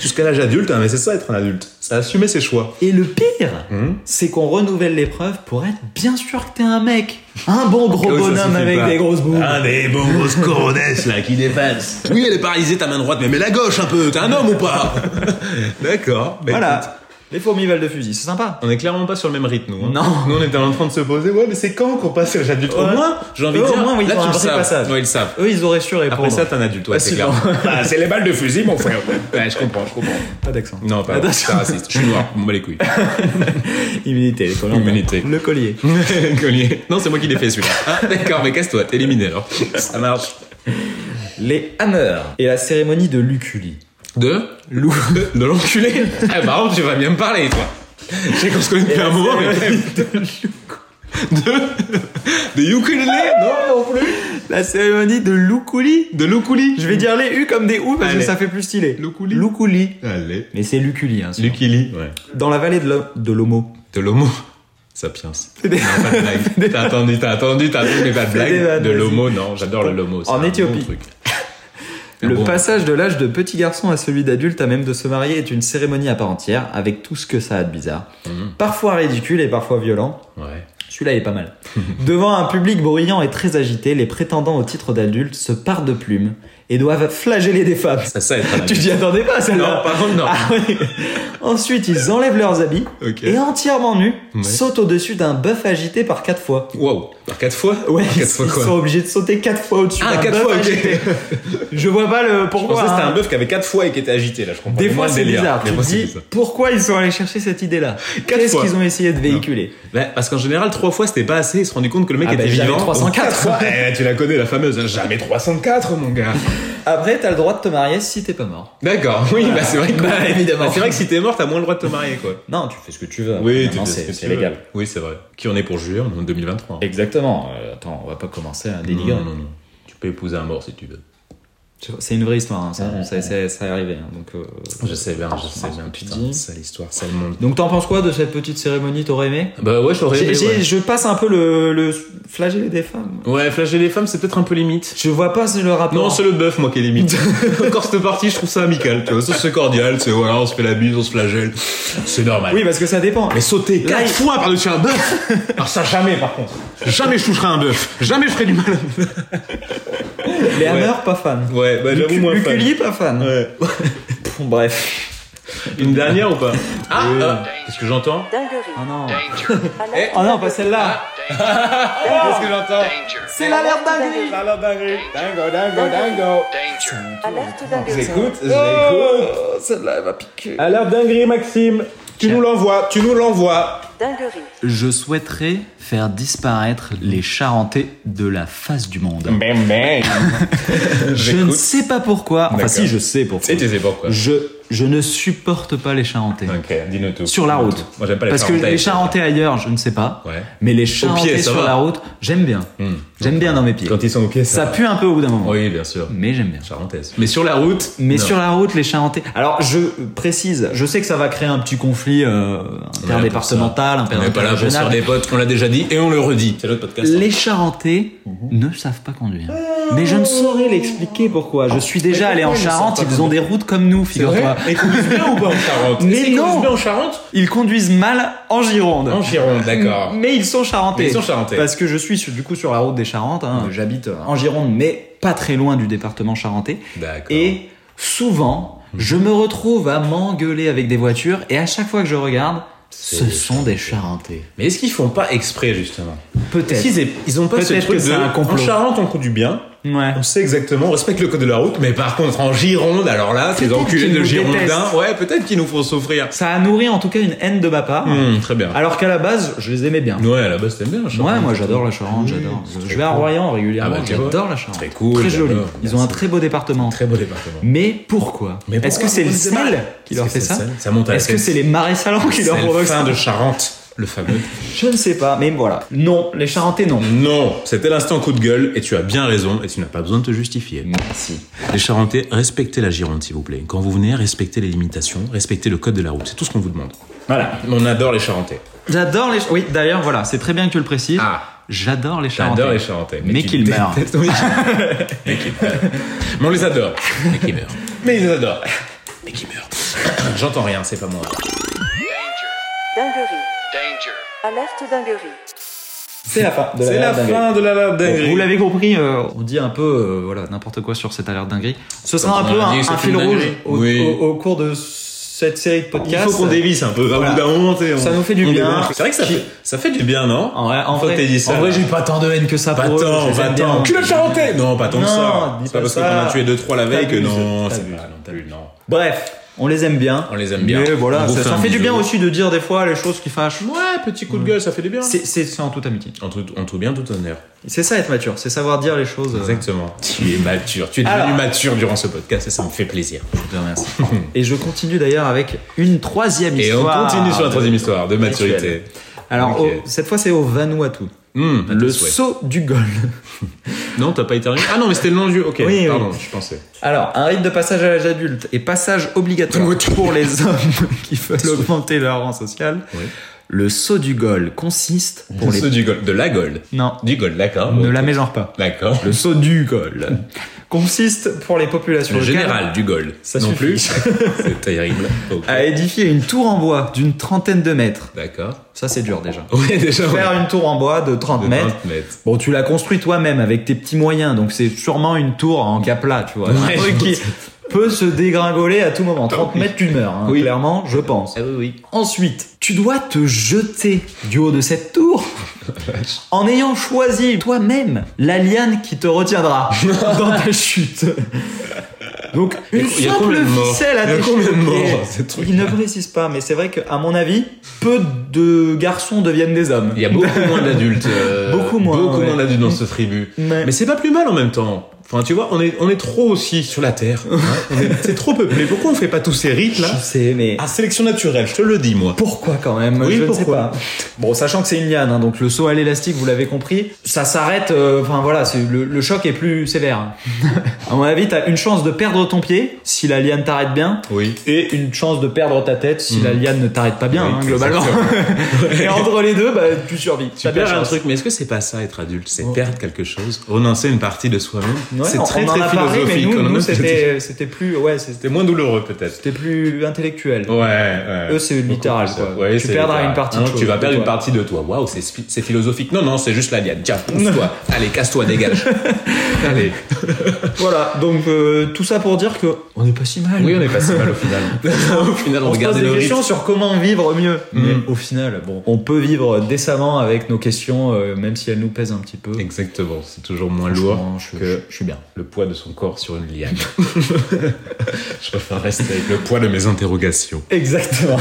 B: Jusqu'à l'âge adulte, hein, mais c'est ça être un adulte. C'est assumer ses choix.
A: Et le pire,
B: Hmm.
A: c'est qu'on renouvelle l'épreuve pour être bien sûr que t'es un mec. Un bon gros
B: Oui, ça
A: bonhomme
B: suffit
A: avec
B: pas. Ah, bah,
A: des grosses boules.
B: Un des beaux grosses coronesses là qui dépassent. Oui, elle est paralysée ta main droite, mais mets la gauche un peu. T'es un homme ou pas <laughs> D'accord. bah écoute,
A: voilà. Les fourmis valent de fusil, c'est sympa.
B: On est clairement pas sur le même rythme, nous. hein.
A: Non.
B: Nous, on était en train de se poser. Ouais, mais c'est quand qu'on passe à l'âge adulte Au
A: Ouais.
B: moins, j'ai envie
A: Eux,
B: de
A: au
B: dire.
A: moins, oui, ils
B: là,
A: font
B: tu
A: un
B: le
A: vrai
B: savent.
A: passage.
B: Ouais, ils le savent.
A: Eux, ils auraient su répondre.
B: Après ça, t'es un adulte, ouais,
A: Ah,
B: c'est
A: c'est
B: clair.
A: <laughs> bon.
B: Ah, c'est les balles de fusil, mon frère. Ouais, je comprends, je comprends.
A: pas d'accent.
B: Non, pas
A: Attention.
B: c'est raciste. Je suis noir, on bat les couilles.
A: Immunité, les colons.
B: Immunité. Hmm.
A: Le collier.
B: <laughs> Collier. Non, c'est moi qui l'ai fait celui-là. Ah, d'accord, mais casse-toi, t'es éliminé alors. Ça marche.
A: Les hammers. Et la cérémonie de Luculi.
B: De Loup. <laughs> De l'enculé Eh, par contre, tu vas bien me parler, toi. Je sais qu'on se connaît depuis un moment, mais.
A: <laughs>
B: De. De ukulélé Non, non plus.
A: La cérémonie de Luculi
B: De l'ukuli
A: Je vais dire les U comme des OU parce
B: Allez.
A: que ça fait plus stylé.
B: Luculi.
A: Luculi.
B: Allez.
A: Mais c'est Luculi, hein. sinon.
B: L'ukili, ouais.
A: Dans la vallée de l'O- de l'Homo.
B: De l'homo. Sapiens.
A: C'est <laughs> des-
B: Pas de blague. T'as attendu, t'as attendu, t'as attendu, mais pas de
A: Fais des
B: blague.
A: vannes,
B: De
A: vas-y.
B: l'homo, non, j'adore le lomo. c'est
A: En
B: un bon
A: Éthiopie.
B: truc. Un
A: Le
B: Ah bon-
A: passage de l'âge de petit garçon à celui d'adulte à même de se marier est une cérémonie à part entière, avec tout ce que ça a de bizarre.
B: Hmm.
A: Parfois ridicule et parfois violent.
B: Ouais.
A: Celui-là est pas
B: <laughs>
A: mal. Devant un public bruyant et très agité, les prétendants au titre d'adulte se parent de plumes et doivent flageller des femmes.
B: Ça, ça, être un
A: Tu
B: adulte.
A: t'y attendais pas,
B: Non,
A: celle-là
B: par contre, non.
A: Ah oui. Ensuite, ils enlèvent leurs habits
B: Ok.
A: et entièrement nus,
B: Ouais.
A: sautent au-dessus d'un bœuf agité par quatre fois.
B: Wow. Par quatre fois
A: Ouais,
B: Par
A: ils,
B: quatre fois
A: ils
B: quoi
A: sont obligés de sauter quatre fois au-dessus
B: Ah,
A: d'un bœuf
B: quatre fois, ok. <laughs>
A: agité. Je vois pas le
B: Je
A: pourquoi.
B: pensais que c'était
A: hein.
B: un bœuf qui avait quatre fois et qui était agité, là, je comprends.
A: Des fois,
B: moins le
A: c'est
B: délire.
A: bizarre.
B: Des
A: Tu te
B: fois, c'est
A: dis
B: bizarre.
A: pourquoi ils sont allés chercher cette idée-là
B: Quatre
A: Qu'est-ce
B: fois.
A: qu'ils ont essayé de véhiculer
B: Ouais, parce qu'en général, trois fois, c'était pas assez. Ils se rendaient compte que le mec
A: Ah
B: était
A: bah, jamais
B: vivant.
A: 304.
B: Donc, quatre fois. Eh, tu la connais, la fameuse. hein, Jamais 304, mon gars.
A: Après, t'as le droit de te marier si t'es pas mort.
B: D'accord. Oui, bah, c'est vrai que.
A: Bah, évidemment.
B: Bah, c'est vrai que si t'es mort, t'as moins le droit de te marier, quoi.
A: Non, tu fais ce que tu veux.
B: Oui,
A: Maintenant,
B: tu fais ce
A: c'est
B: que
A: c'est
B: tu veux.
A: légal.
B: Oui, c'est vrai. Qui en est pour juger, on est en 2023. hein.
A: Exactement. Euh, attends, on va pas commencer à
B: Non,
A: dénigrer.
B: non, non, non. Tu peux épouser un mort si tu veux.
A: C'est une vraie histoire, hein, ça,
B: Ouais, ouais,
A: ça, ça- ça est arrivé. hein, donc, euh,
B: Je sais bien, je sais bien, putain.
A: Ah, dis.
B: Sale histoire, sale monde.
A: donc t'en penses quoi de cette petite cérémonie T'aurais aimé
B: Bah ouais, j'aurais
A: J'ai-
B: aimé.
A: j'ai-
B: ouais.
A: Je passe un peu le, le flagellé des femmes.
B: Ouais, flasher les femmes, c'est peut-être un peu limite.
A: Je vois pas le rapport.
B: Non, c'est le bœuf, moi, qui est <laughs> limite. Encore cette partie, je trouve ça amical, tu vois. Ça, c'est cordial, c'est voilà, on se fait la bise, on se flagelle. C'est normal.
A: Oui, parce que ça dépend.
B: Mais sauter
A: Là,
B: quatre
A: il-
B: fois par-dessus un <laughs> bœuf Alors Ah, ça, jamais, par contre. Jamais je toucherai un bœuf. Jamais je ferai du mal.
A: Les hammers, pas fan.
B: Ouais, bah
A: Le
B: j'avoue, moi, fan.
A: Lucullier, pas fan.
B: Ouais.
A: Pff, bref.
B: Une dernière ou pas Ah, ah, Qu'est-ce que j'entends
A: Oh
C: Dinguerie.
A: non.
C: Danger.
B: Eh,
A: Oh non, pas celle-là.
B: Qu'est-ce que j'entends
C: Danger.
A: C'est l'alerte dinguerie.
B: Ça a l'air dinguerie. Dingo, dingo, dingo.
C: Danger.
D: Alerte dinguerie.
B: J'écoute, j'écoute.
A: Oh, Celle-là, elle va piquer.
B: À l'heure dinguerie, Maxime. Tu nous l'envoies, tu nous <laughs> l'envoies.
D: Dinguerie.
A: Je souhaiterais faire disparaître les Charentais de la face du monde.
B: Mais, mais.
A: Je ne
B: J'écoute.
A: sais pas pourquoi. Enfin,
B: D'accord.
A: si, je sais pourquoi.
B: Et tu sais pourquoi
A: Je, je ne supporte pas les Charentais.
B: Ok, dis-nous tout.
A: Sur la
B: Dis-nous
A: route.
B: tout. Moi, j'aime pas les
A: Parce que
B: Charentais.
A: les Charentais ailleurs, je ne sais pas.
B: Ouais.
A: Mais les Charentais
B: pied, ça
A: sur
B: va.
A: la route, j'aime bien.
B: Hmm.
A: J'aime bien dans mes pieds.
B: Quand ils sont au pied,
A: Ça pue un peu au bout d'un moment.
B: Oui, bien sûr.
A: Mais j'aime bien.
B: Charentaise. Mais sur la route.
A: Mais
B: non.
A: sur la route, les Charentais. Alors, je précise, je sais que ça va créer un petit conflit euh, interdépartemental,
B: On n'est pas là pour se faire
A: interrégional.
B: des potes, on l'a déjà dit et on le redit. C'est l'autre podcast. hein.
A: Les Charentais ne savent pas conduire. Mais je ne saurais l'expliquer pourquoi. Je suis déjà
B: Euh, Mais
A: allé en
B: pourquoi ils ne savent
A: Charente,
B: pas
A: ils ont des routes comme nous,
B: C'est vrai
A: figure-toi.
B: Mais conduisent bien ou pas
A: <laughs>
B: en Charente
A: Mais
B: Est-ce qu'ils
A: non
B: conduisent bien en Charente
A: Ils conduisent mal en Gironde.
B: En Gironde, d'accord.
A: Mais ils sont Charentais.
B: Mais ils sont Charentais.
A: Parce que je suis sur- du coup sur la route des Charentes. hein. J'habite euh, en Gironde, mais pas très loin du département charentais.
B: D'accord.
A: Et souvent, je me retrouve à m'engueuler avec des voitures et à chaque fois que je regarde, ce
B: des
A: sont des Charentais.
B: Mais est-ce qu'ils font pas exprès justement Est-ce
A: Peut-être.
B: qu'ils aient- ils ont pas ce
A: Peut-être
B: truc
A: que c'est
B: de
A: un complot.
B: en Charente on conduit bien,
A: Ouais.
B: on sait exactement, on respecte le code de la route, mais par contre en Gironde, alors là, ces
A: Peut-être
B: enculés
A: qu'ils
B: de
A: nous
B: Girondins,
A: détestent.
B: ouais, peut-être qu'ils nous font souffrir.
A: Ça a nourri en tout cas une haine de ma part.
B: Hum, très bien.
A: Alors qu'à la base, je les aimais bien.
B: Ouais, à la base t'aimes bien la Charente.
A: Ah. Ouais, moi j'adore la Charente, j'adore. Je vais à Royan régulièrement,
B: Ah bah, tu vois.
A: j'adore la Charente.
B: Très cool,
A: Très joli.
B: j'adore.
A: Ils ont un très beau département.
B: Très beau département.
A: Mais pourquoi,
B: Mais
A: Est-ce
B: pourquoi
A: que c'est le
B: vous avez-
A: sel qui leur
B: Est-ce
A: fait
B: que
A: ça
B: c'est le sel Ça monte à la
A: Est-ce que
B: tête.
A: c'est les marais salants qui leur
B: C'est
A: provoquent
B: le fin
A: ça
B: de Charente, le fameux.
A: Je ne sais pas, mais voilà. Non, les Charentais non.
B: Non, c'était l'instant coup de gueule et tu as bien raison et tu n'as pas besoin de te justifier.
A: Merci.
B: Les Charentais, respectez la Gironde s'il vous plaît. Quand vous venez, respectez les limitations, respectez le code de la route, c'est tout ce qu'on vous demande.
A: Voilà.
B: On adore les Charentais.
A: J'adore les. Oui, d'ailleurs, voilà, c'est très bien que tu le précises.
B: Ah.
A: J'adore les Charentais.
B: J'adore les Charentais.
A: Mais
B: tu
A: qu'ils meurent.
B: détestes-
A: <laughs>
B: Oui, mais qu'ils meurent. Mais on les adore. Mais qu'ils meurent. Mais ils les adorent. Mais qu'ils meurent. <coughs> J'entends rien, c'est pas moi.
C: Dinguerie.
D: Danger.
C: Alerte dinguerie.
A: C'est la fin. de
B: C'est la
A: dinguerie.
B: fin de la la dinguerie.
A: Vous l'avez compris, euh, on dit un peu euh, voilà n'importe quoi sur cette alerte dinguerie. Ce sera un
B: Quand on
A: peu
B: a
A: un,
B: dit que
A: un
B: c'est
A: fil
B: une
A: rouge
B: dinguerie.
A: au,
B: Oui.
A: au- au cours de cette série de
B: Il
A: podcasts.
B: faut qu'on dévisse un peu.
A: Voilà.
B: Au bout d'un moment, tu sais,
A: Ça
B: on-
A: nous fait du
B: on
A: bien.
B: démarre. C'est vrai que ça
A: Qui-
B: fait, ça fait du bien, non
A: En vrai, en
B: Faut que
A: vrai,
B: t'aies dit ça,
A: en vrai,
B: là.
A: j'ai pas tant de haine que ça
B: Pas
A: pour eux,
B: tant,
A: je les
B: pas
A: aime
B: tant.
A: bien.
B: Culot Charentais Non, pas tant que
A: Non,
B: ça.
A: dis
B: C'est pas
A: pas
B: parce qu'on
A: ça.
B: a tué deux trois la veille que
A: T'abuses,
B: non. c'est
A: t'abuses.
B: pas non plus, non.
A: Bref, on les aime bien.
B: On les aime bien.
A: Mais
B: On
A: voilà,
B: vous
A: ça,
B: fait
A: ça
B: un
A: fait du
B: bisou.
A: bien aussi de dire des fois les choses qui fâchent.
B: Ouais, petit coup de gueule, ça fait du bien.
A: C'est- C'est c'est en toute amitié.
B: En tout, en tout bien, tout honneur.
A: C'est ça être mature, c'est savoir dire les choses. euh,
B: Exactement. Tu es mature. Tu es
A: Alors.
B: devenu mature durant ce podcast et ça me fait plaisir.
A: Je te remercie. <laughs> Et je continue d'ailleurs avec une troisième
B: Et on
A: histoire.
B: continue sur la troisième histoire de
A: Mensuelle.
B: maturité.
A: Alors,
B: Ok.
A: au- cette fois, c'est au Vanuatu.
B: Hmm, à
A: Le
B: tes souhaits.
A: saut du gol.
B: Non, t'as pas été terminé. Ah non, mais c'était le nom du. Ok,
A: Oui, oui.
B: pardon, je pensais.
A: Alors, un rite de passage à l'âge adulte et passage obligatoire
B: Vanuatu.
A: pour les hommes <laughs> qui veulent augmenter leur rang social.
B: Oui.
A: Le saut du gol consiste pour les...
B: Ceux du gold. De la gold.
A: Non,
B: Du gold, d'accord.
A: ne
B: Ok.
A: la mégenre pas.
B: D'accord.
A: Le saut du gol consiste pour les populations
B: Le
A: locales
B: général du gold.
A: Ça
B: non
A: suffit. <laughs>
B: plus. C'est terrible. Ok.
A: à édifier une tour en bois d'une trentaine de mètres.
B: D'accord.
A: Ça, c'est dur déjà.
B: Ouais, déjà. ouais.
A: Faire une tour en bois de 30
B: De
A: mètres,
B: 30 mètres.
A: Bon, tu l'as construit toi-même avec tes petits moyens, donc c'est sûrement une tour en cap plat, tu vois.
B: Ouais.
A: un truc qui peut se dégringoler à tout moment. 30 mètres, tu meurs, hein,
B: Oui. Eh
A: clairement, je pense.
B: Ah oui, oui.
A: Ensuite, tu dois te jeter du haut de cette
B: <laughs>
A: tour en ayant choisi toi-même la liane qui te
B: <laughs>
A: retiendra dans ta chute. Donc, une
B: Il y a combien
A: simple
B: de morts
A: ficelle à
B: Il y a
A: tes
B: combien de
A: cheveux.
B: morts, ce
A: Il
B: truc-là
A: ne précise pas, mais c'est vrai qu'à mon avis, peu de garçons deviennent des hommes.
B: Il y a beaucoup moins d'adultes.
A: <laughs>
B: euh,
A: Beaucoup moins,
B: Beaucoup
A: ouais.
B: moins d'adultes dans cette tribu.
A: Mais-
B: Mais c'est pas plus mal en même temps. Enfin, tu vois, on est, on est trop aussi sur la Terre. hein. On est- C'est trop peuplé. Pourquoi on fait pas tous ces rites là
A: Je sais, mais
B: À sélection naturelle, je te le dis moi.
A: Pourquoi quand même
B: Oui,
A: Je
B: pourquoi
A: ne sais pas. Bon, sachant que c'est une liane, hein, donc le saut à l'élastique, vous l'avez compris, ça s'arrête. euh, Enfin voilà, c'est- le, le choc est plus
B: <laughs>
A: sévère. à mon avis, t'as une chance de perdre ton pied si la liane t'arrête bien,
B: Oui.
A: et une chance de perdre ta tête si la liane ne t'arrête pas bien,
B: Mm. Oui,
A: hein, globalement. <laughs> et entre les deux, bah, tu survis.
B: Tu perds un truc, mais est-ce que c'est pas ça être adulte C'est perdre quelque chose, renoncer une partie de soi-même.
A: Oh.
B: c'est très
A: on en
B: très
A: a
B: philosophique.
A: parlé, mais nous,
B: on en a
A: nous,
B: peut-être-
A: c'était c'était plus, ouais, c'était
B: <laughs> C'était moins douloureux peut-être.
A: c'était plus intellectuel.
B: Ouais, ouais.
A: Eux, c'est littéral,
B: Beaucoup plus,
A: quoi.
B: ça. Ouais,
A: tu
B: c'est
A: perdras
B: littéral.
A: une partie de
B: Hein,
A: toi.
B: Tu vas perdre
A: de
B: une
A: toi.
B: partie de toi. Waouh, c'est spi- c'est philosophique. Non, non, c'est juste la liane. Tiens, pousse-toi. Allez,
A: <laughs>
B: casse-toi, dégage. Allez.
A: Voilà, donc euh, tout ça pour dire que on n'est pas si mal.
B: Oui, on est passé mal
A: <laughs>
B: au final. au final, on,
A: On se pose
B: regardait
A: des
B: le rythme.
A: questions sur comment vivre mieux.
B: Mm.
A: Mais au final, bon, on peut vivre décemment avec nos questions, euh, même si elles nous pèsent un petit peu.
B: Exactement, c'est toujours moins
A: Franchement,
B: lourd
A: je,
B: que
A: je- je suis bien.
B: le poids de son corps sur une
A: <laughs>
B: liane. <laughs> je préfère rester avec le poids de mes interrogations. <laughs>
A: Exactement.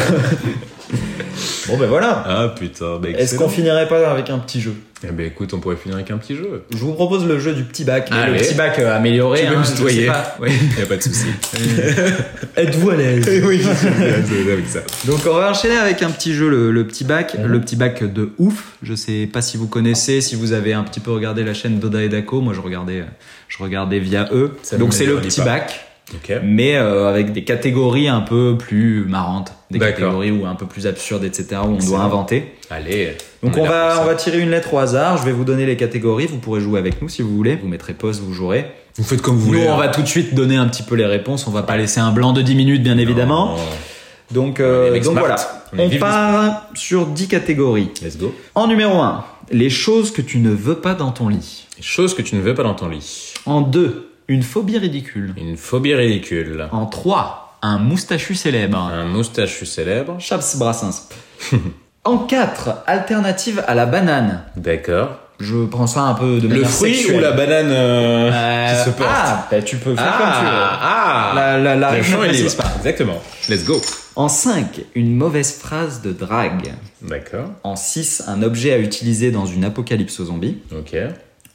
A: bon ben voilà.
B: Ah putain, mais
A: Est-ce
B: excellent.
A: qu'on finirait pas avec un petit jeu
B: Eh ben écoute, on pourrait finir avec un
A: <laughs>
B: petit jeu.
A: Je vous propose le jeu du petit bac. mais
B: Allez.
A: Le petit bac euh, amélioré.
B: Tu peux
A: hein,
B: me
A: je sais
B: tutoyer.
A: pas. Oui.
B: Il a pas de souci.
A: Êtes-vous à l'aise <laughs>
B: <laughs> oui, je suis désolé avec ça.
A: Donc on va enchaîner avec un petit jeu, le, le petit bac, le petit bac de ouf. Je sais pas si vous connaissez, si vous avez un petit peu regardé la chaîne Doda et Daco. Moi je regardais, je regardais via eux.
B: Ça
A: Donc
B: me
A: c'est le
B: dit
A: petit
B: pas.
A: bac,
B: Ok.
A: mais euh, avec des catégories un peu plus marrantes, des
B: D'accord.
A: catégories où un peu plus absurdes, etc. Où on
B: Excellent.
A: doit inventer.
B: Allez.
A: Donc
B: est
A: on,
B: là pour
A: va,
B: ça.
A: on va tirer une lettre au hasard. Je vais vous donner les catégories. Vous pourrez jouer avec nous si vous voulez. Vous mettrez pause, vous jouerez.
B: Vous faites comme vous
A: Nous
B: voulez.
A: on
B: hein.
A: va tout de suite donner un petit peu les réponses. On va pas laisser un blanc de 10 minutes bien
B: Non,
A: évidemment.
B: non.
A: Donc, euh,
B: Les mecs
A: donc
B: smart.
A: voilà,
B: On est
A: on
B: vif,
A: part sur 10 catégories.
B: Let's go.
A: En numéro 1, les choses que tu ne veux pas dans ton lit.
B: Chose que tu ne veux pas dans ton lit.
A: En 2, une phobie ridicule.
B: Une phobie ridicule.
A: En 3, un moustachu célèbre.
B: Un moustachu célèbre.
A: Chaps
B: <laughs>
A: Brassens. en 4, alternative à la banane.
B: D'accord.
A: Je prends ça un peu de
B: Le
A: manière
B: fruit
A: sexuelle.
B: ou la banane euh,
A: Euh,
B: qui se porte
A: Ah, bah, tu peux faire comme tu veux.
B: ah,
A: La, la, la
B: Le
A: règle
B: champ
A: ne
B: est
A: précise
B: libre.
A: pas.
B: Exactement. Let's go.
A: En 5, une mauvaise phrase de drague.
B: D'accord.
A: En 6, un objet à utiliser dans une apocalypse zombie.
B: Ok.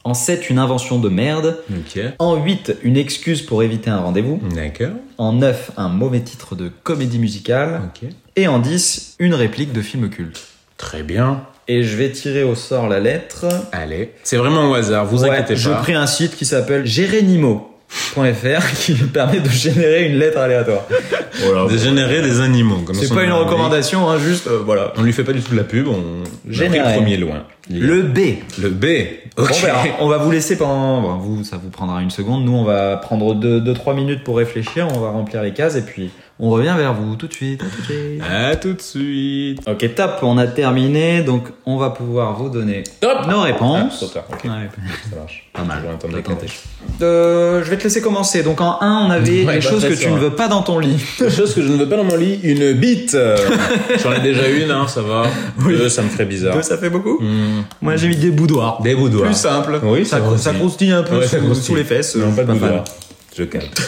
A: En 7, une invention de merde.
B: Ok.
A: En 8, une excuse pour éviter un rendez-vous.
B: D'accord.
A: En 9, un mauvais titre de comédie musicale.
B: Ok.
A: Et en 10, une réplique de film culte.
B: Très bien.
A: Et je vais tirer au sort la lettre.
B: Allez. C'est vraiment au hasard. Vous
A: Ouais,
B: inquiétez
A: Je
B: pas.
A: pris un site qui s'appelle Gerenimo.fr <laughs> qui me permet de générer une lettre aléatoire.
B: De générer des animaux. comme
A: C'est
B: son
A: pas une
B: nom l'indique.
A: recommandation, hein, juste euh, voilà.
B: On lui fait pas du tout de la pub. On on a pris
A: Générer.
B: le premier loin.
A: Le B.
B: Le B. Ok.
A: Bon, ben, on va vous laisser pendant. bon, vous, ça vous prendra une seconde. Nous, on va prendre 2-3 minutes pour réfléchir. On va remplir les cases et puis on revient vers vous tout de suite. Ok.
B: À tout de suite.
A: Ok, top, on a terminé, donc on va pouvoir vous donner nos
B: Top. Ah, trop
A: réponses.
B: tard. Ok.
A: Ouais.
B: Ça marche.
A: Pas mal.
B: Toujours un temps de
A: T'as tenté.
B: décalage.
A: Euh, je vais te laisser commencer. Donc en 1, on avait
B: Ouais,
A: les
B: pas
A: choses
B: très
A: que
B: sûr,
A: tu ne
B: hein.
A: veux pas dans ton lit.
B: Chose que je ne veux pas dans mon lit, une bite. Euh, <laughs> J'en ai déjà une, hein, ça va.
A: Oui.
B: Deux, ça me ferait bizarre.
A: Deux, ça fait beaucoup.
B: Hmm,
A: Moi, j'ai mis des boudoirs.
B: Des boudoirs.
A: Plus simple.
B: Oui,
A: ça,
B: ça
A: ça,
B: grossit.
A: croustille un peu
B: Ouais, ça
A: sous,
B: croustille.
A: sous les fesses.
B: Non,
A: Je
B: pas
A: suis
B: de boudoir.
A: fan.
B: Je capte.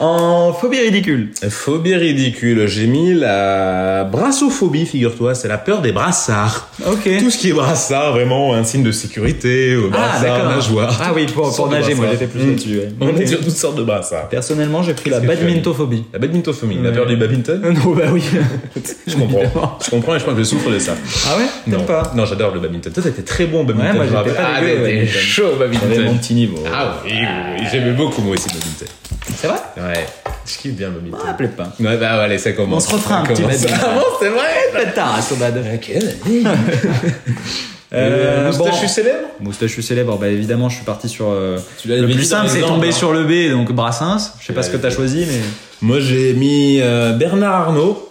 A: En phobie ridicule.
B: Phobie ridicule. J'ai mis la brassophobie, figure-toi. C'est la peur des brassards.
A: Ok.
B: Tout ce qui est brassard, vraiment, un signe de sécurité, euh,
A: Ah,
B: brassard,
A: d'accord.
B: nageoire.
A: Ah oui, pour,
B: Toutes
A: pour
B: sortes de
A: nager, moi,
B: brassards.
A: j'étais plus
B: Mm.
A: là-dessus. ouais.
B: On est sur toutes sortes de brassards.
A: Personnellement, j'ai pris la
B: Qu'est-ce que tu as mis
A: badmintophobie.
B: La badmintophobie, la
A: Ouais.
B: peur du badminton.
A: Non, bah
B: <laughs>
A: oui.
B: Je comprends.
A: Évidemment.
B: Je comprends et je crois que je souffre de ça.
A: Ah ouais
B: Non.
A: T'aimes pas
B: Non, j'adore le badminton. Toi, t'étais très bon au badminton.
A: Ouais, moi,
B: je
A: j'étais
B: me rappelle.
A: pas
B: ah,
A: dégueu au
B: t'étais
A: badminton.
B: chaud au
A: J'avais mon
B: badminton.
A: petit niveau.
B: Ah oui, oui, oui. j'aimais beaucoup moi aussi le badminton.
A: C'est vrai
B: Ouais, je kiffe bien le badminton.
A: Ah, plaît pas.
B: Ouais, bah allez, ça commence.
A: On se refera
B: Ça
A: un petit
B: commence.
A: badminton.
B: <laughs> Ah bon, c'est vrai
A: Pétard, <laughs> Astobad.
B: Ok, euh,
A: bon.
B: Moustachu célèbre
A: Moustachu célèbre, bah évidemment, je suis parti sur. euh,
B: Tu l'avais
A: le
B: dit
A: plus
B: dans
A: simple,
B: les
A: c'est
B: ordres,
A: tomber
B: hein.
A: sur le B, donc Brassens. Je sais pas ce que t'as choisi,
B: <laughs>
A: mais
B: Moi, j'ai mis euh, Bernard Arnault.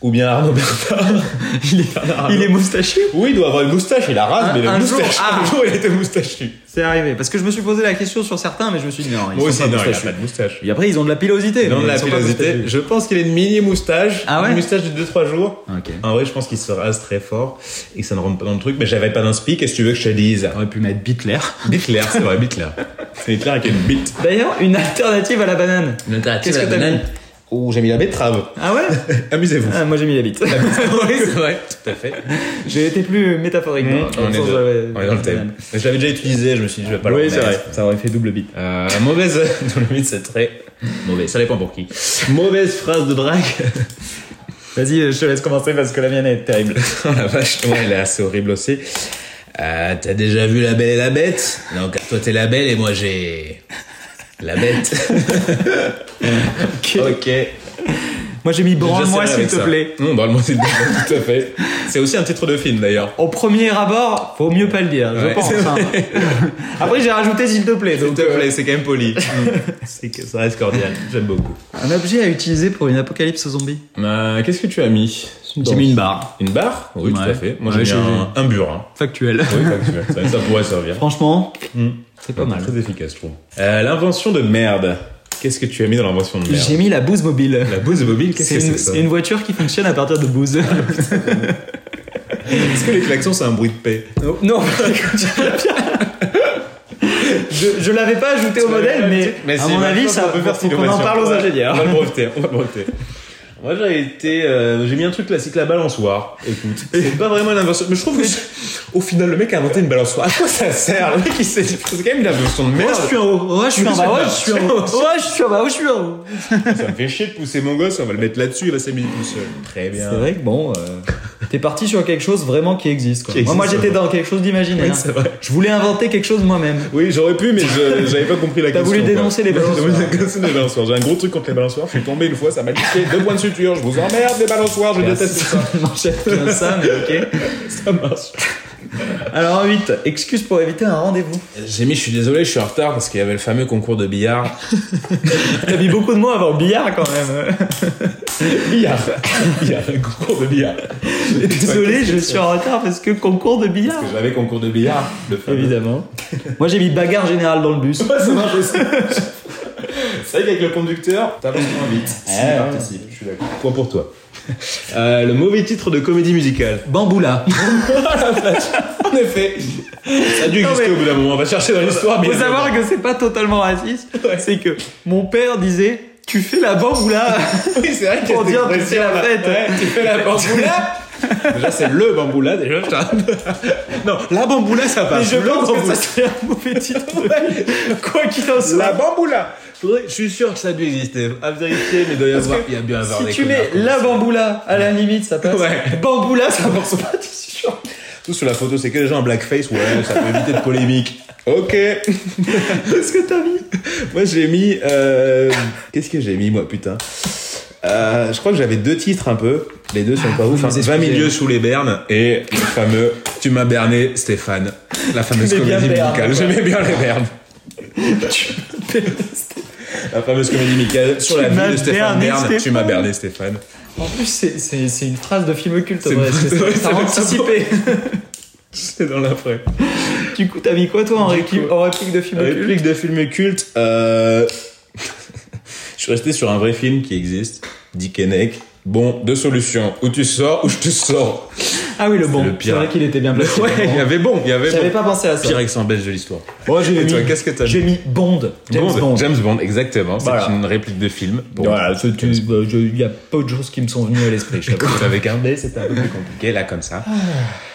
B: Ou bien Arnaud Bernard.
A: il
B: Bernard
A: est,
B: Arnault.
A: il est moustachu.
B: Oui, il doit avoir une moustache, il a rase,
A: Un-
B: mais il a
A: un
B: une
A: jour,
B: moustache.
A: ah.
B: Un jour, il était moustachu.
A: C'est arrivé, parce que je me suis posé la question sur certains, mais je me suis dit non, ils
B: Moi aussi,
A: sont
B: non,
A: pas
B: il a
A: moustachus.
B: pas de moustache.
A: Et après, ils ont de la pilosité.
B: Non,
A: mais
B: de la
A: ils sont pas
B: pilosité. Je pense qu'il a une mini moustache.
A: Ah ouais
B: Une moustache de 2-3 jours.
A: moustachus. Ok.
B: En vrai, je pense qu'il se rase très fort et que ça ne rentre pas dans le truc, mais j'avais pas d'inspi. Qu'est-ce que tu veux que je te dise
A: J'aurais pu mettre
B: <laughs>
A: Bitler.
B: Bitler, c'est vrai, Bitler. <laughs> C'est Hitler avec une bite.
A: D'ailleurs, une alternative à la banane.
B: Une alternative
A: Qu'est-ce que t'as mis
B: Oh, j'ai mis
A: <laughs>
B: la betterave.
A: Ah
B: <laughs>
A: ouais
B: Amusez-vous.
A: Ah, Moi, j'ai mis la bite. <laughs>
B: <laughs> oui, c'est vrai. Tout à fait.
A: J'ai été plus métaphorique. dans- dans
B: on,
A: le
B: est
A: sens
B: dans,
A: de la-
B: on est dans le thème. Mais Je l'avais déjà utilisé, je me suis dit, je vais pas le
A: Oui, c'est
B: remettre.
A: vrai. Ça aurait fait double bite.
B: Euh, mauvaise, <laughs> dans le but, c'est très mauvais. Ça dépend pour qui. Mauvaise phrase de drague. euh,
A: Vas-y, je te laisse commencer parce que la mienne est terrible.
B: Oh la vache, ouais, elle est assez horrible aussi. Euh, t'as déjà vu La Belle et la Bête Non, car toi t'es la Belle et moi j'ai. La Bête. ok.
A: Moi, j'ai mis
B: Déjà,
A: branle-moi,
B: c'est
A: s'il
B: avec
A: te
B: ça.
A: plaît.
B: Non, branle-moi s'il te plaît, tout à fait. C'est aussi un titre de film d'ailleurs.
A: Au premier abord, faut mieux pas le dire, je
B: Ouais,
A: pense.
B: <laughs> c'est
A: hein. Après, j'ai rajouté s'il te plaît.
B: S'il
A: Donc,
B: te
A: euh,
B: plaît, c'est quand même poli. <laughs> c'est que ça reste cordial, j'aime beaucoup.
A: un objet à utiliser pour une apocalypse zombie.
B: Euh, Qu'est-ce que tu as mis
A: J'ai mis une barre.
B: Une barre Oui, tout
A: Ouais.
B: à fait. Moi
A: Ouais,
B: j'ai mis
A: j'ai-
B: un, un burin.
A: Factuel.
B: Oui, comme tu veux. ça, ça pourrait servir.
A: Franchement,
B: Hmm.
A: c'est pas mal.
B: Très efficace, je trouve. Euh, l'invention de merde. Qu'est-ce que tu as mis dans l'invention de merde
A: J'ai mis la bouse mobile.
B: La bouse mobile, qu'est-ce
A: C'est
B: que
A: une,
B: c'est ça
A: c'est une voiture qui fonctionne à partir de
B: <laughs>
A: bouse.
B: Est-ce que les klaxons c'est un bruit de paix
A: non, non, <laughs> écoute, je, je l'avais pas ajouté au modèle, mais, à
B: si,
A: mon
B: maintenant,
A: avis, ça
B: on peut faire
A: faut
B: cette
A: qu'on en
B: innovation.
A: parle aux
B: Ouais, On
A: ingénieurs.
B: va le breveter, on va le breveter. Moi, j'ai été, euh, j'ai mis un truc classique, la balançoire. Écoute, c'est pas vraiment une invention, mais je
A: <laughs>
B: trouve que c'est- au final, le mec a inventé une balançoire. À quoi ça sert Le mec, il s'est dit, c'est quand même une invention de merde.
A: en haut, ouais, je suis en bas, ouais, je suis en haut, ouais, je suis en bas, ouais, je suis en haut.
B: Ça me fait chier de pousser mon gosse, on va le mettre là-dessus, il va s'amuser tout seul. Très bien.
A: C'est vrai que bon, <laughs> euh, t'es parti sur quelque chose vraiment qui existe. Quoi.
B: Qui
A: moi, moi,
B: existe,
A: j'étais
B: ouais.
A: dans quelque chose d'imaginaire.
B: Oui, c'est vrai.
A: je voulais inventer quelque chose moi-même.
B: Oui, j'aurais pu, mais <laughs> je- j'avais pas compris la
A: T'as
B: question.
A: voulu
B: quoi.
A: dénoncer les
B: J'avais
A: balançoires.
B: voulu dénoncer les balançoires. J'ai un gros truc contre les balançoires. Je suis tombé une fois, ça m'a piqué deux points de suture. Je vous emmerde, les balançoires, je déteste ça.
A: marchait bien ça, mais <laughs> ok.
B: Ça marche.
A: Alors 8, excuse pour éviter un rendez-vous.
B: J'ai mis, je suis désolé, je suis en retard parce qu'il y avait le fameux concours de billard.
A: T'as mis beaucoup de mots avant billard quand <laughs> même.
B: Billard. <laughs> billard. Un concours de billard.
A: Désolé, je suis en retard parce que concours de billard.
B: Parce que j'avais concours de billard. Le fameux.
A: Évidemment. Moi j'ai mis bagarre générale dans le bus.
B: Ouais, <laughs> ça marche aussi. C'est vrai qu'avec le conducteur, t'avances moins vite. Si
A: Ouais.
B: tu participes, je suis d'accord. Point Eh, pour toi. Euh, le mauvais titre de comédie musicale.
A: Bamboula.
B: En effet, ça a dû
A: Non,
B: exister
A: mais-
B: au bout d'un moment. On va chercher dans l'histoire.
A: Faut
B: bien
A: savoir que c'est pas totalement raciste. C'est que mon père disait tu fais la bamboula.
B: Oui, c'est vrai
A: Pour
B: que
A: dire, tu fais la fête.
B: tu fais la bamboula. déjà, c'est le bamboula. Déjà, putain. Non, la bamboula, ça
A: Et
B: passe.
A: je
B: le
A: pense que
B: bamboula.
A: ça serait un mauvais titre. <laughs> Quoi qu'il en soit.
B: La bamboula. Faudrait- Je suis sûr que ça a dû exister. À vérifier, mais il doit y avoir. Il y a bien avoir
A: Si
B: des
A: tu
B: connards
A: mets
B: comme
A: la
B: ça.
A: bamboula à la limite ça passe.
B: Ouais.
A: Bamboula ça passe pas, t'es sûr.
B: Tout sur la photo, c'est que les gens en blackface. Ouais, ça peut éviter de polémique. Ok.
A: Qu'est-ce que t'as mis
B: Moi j'ai mis. euh, Qu'est-ce que j'ai mis moi putain Euh, Je crois que j'avais deux titres un peu. Les deux sont pas ouf. hein.
A: Ah, nous
B: 20
A: excusez.
B: milieux sous les bernes et le fameux Tu m'as berné Stéphane. La fameuse
A: T'aimais bien
B: comédie
A: Berne,
B: musicale.
A: quoi.
B: J'aimais bien les bernes. La fameuse comédie musicale sur
A: Tu
B: la
A: m'as
B: vie de Stéphane
A: berné,
B: Bern. Tu
A: Stéphane.
B: m'as berné Stéphane.
A: En plus, c'est- c'est c'est une phrase de film culte.
B: C'est
A: ouais,
B: une-
A: c'est-
B: ouais,
A: T'as
B: c'est-
A: anticipé.
B: <laughs> C'est dans l'après. Ah
A: du coup, t'as mis quoi, toi, en, réplique, en réplique de film culte
B: Réplique de film culte. euh, <laughs> je suis resté sur un vrai film qui existe. Dick Henneck. Bon, deux solutions. Ou tu sors, ou je te sors.
A: Ah oui, le bon.
B: le
A: C'est
B: pire.
A: vrai qu'il était bien placé.
B: Ouais, il y avait bon, il y avait
A: J'avais
B: bon.
A: pas pensé à ça.
B: Pire accent belge de l'histoire.
A: Moi, Oh, j'ai
B: Et toi,
A: mis-
B: qu'est-ce que t'as
A: J'ai
B: mis
A: mis Bond. James Bond.
B: James Bond, exactement. C'est
A: Voilà.
B: une réplique de film. Bon.
A: Voilà, c'est- tu- bah, je- il y a peu de choses qui me sont venues à l'esprit. <laughs> je t'avoue.
B: Avec <laughs> un B, c'était un peu plus compliqué, là, comme ça.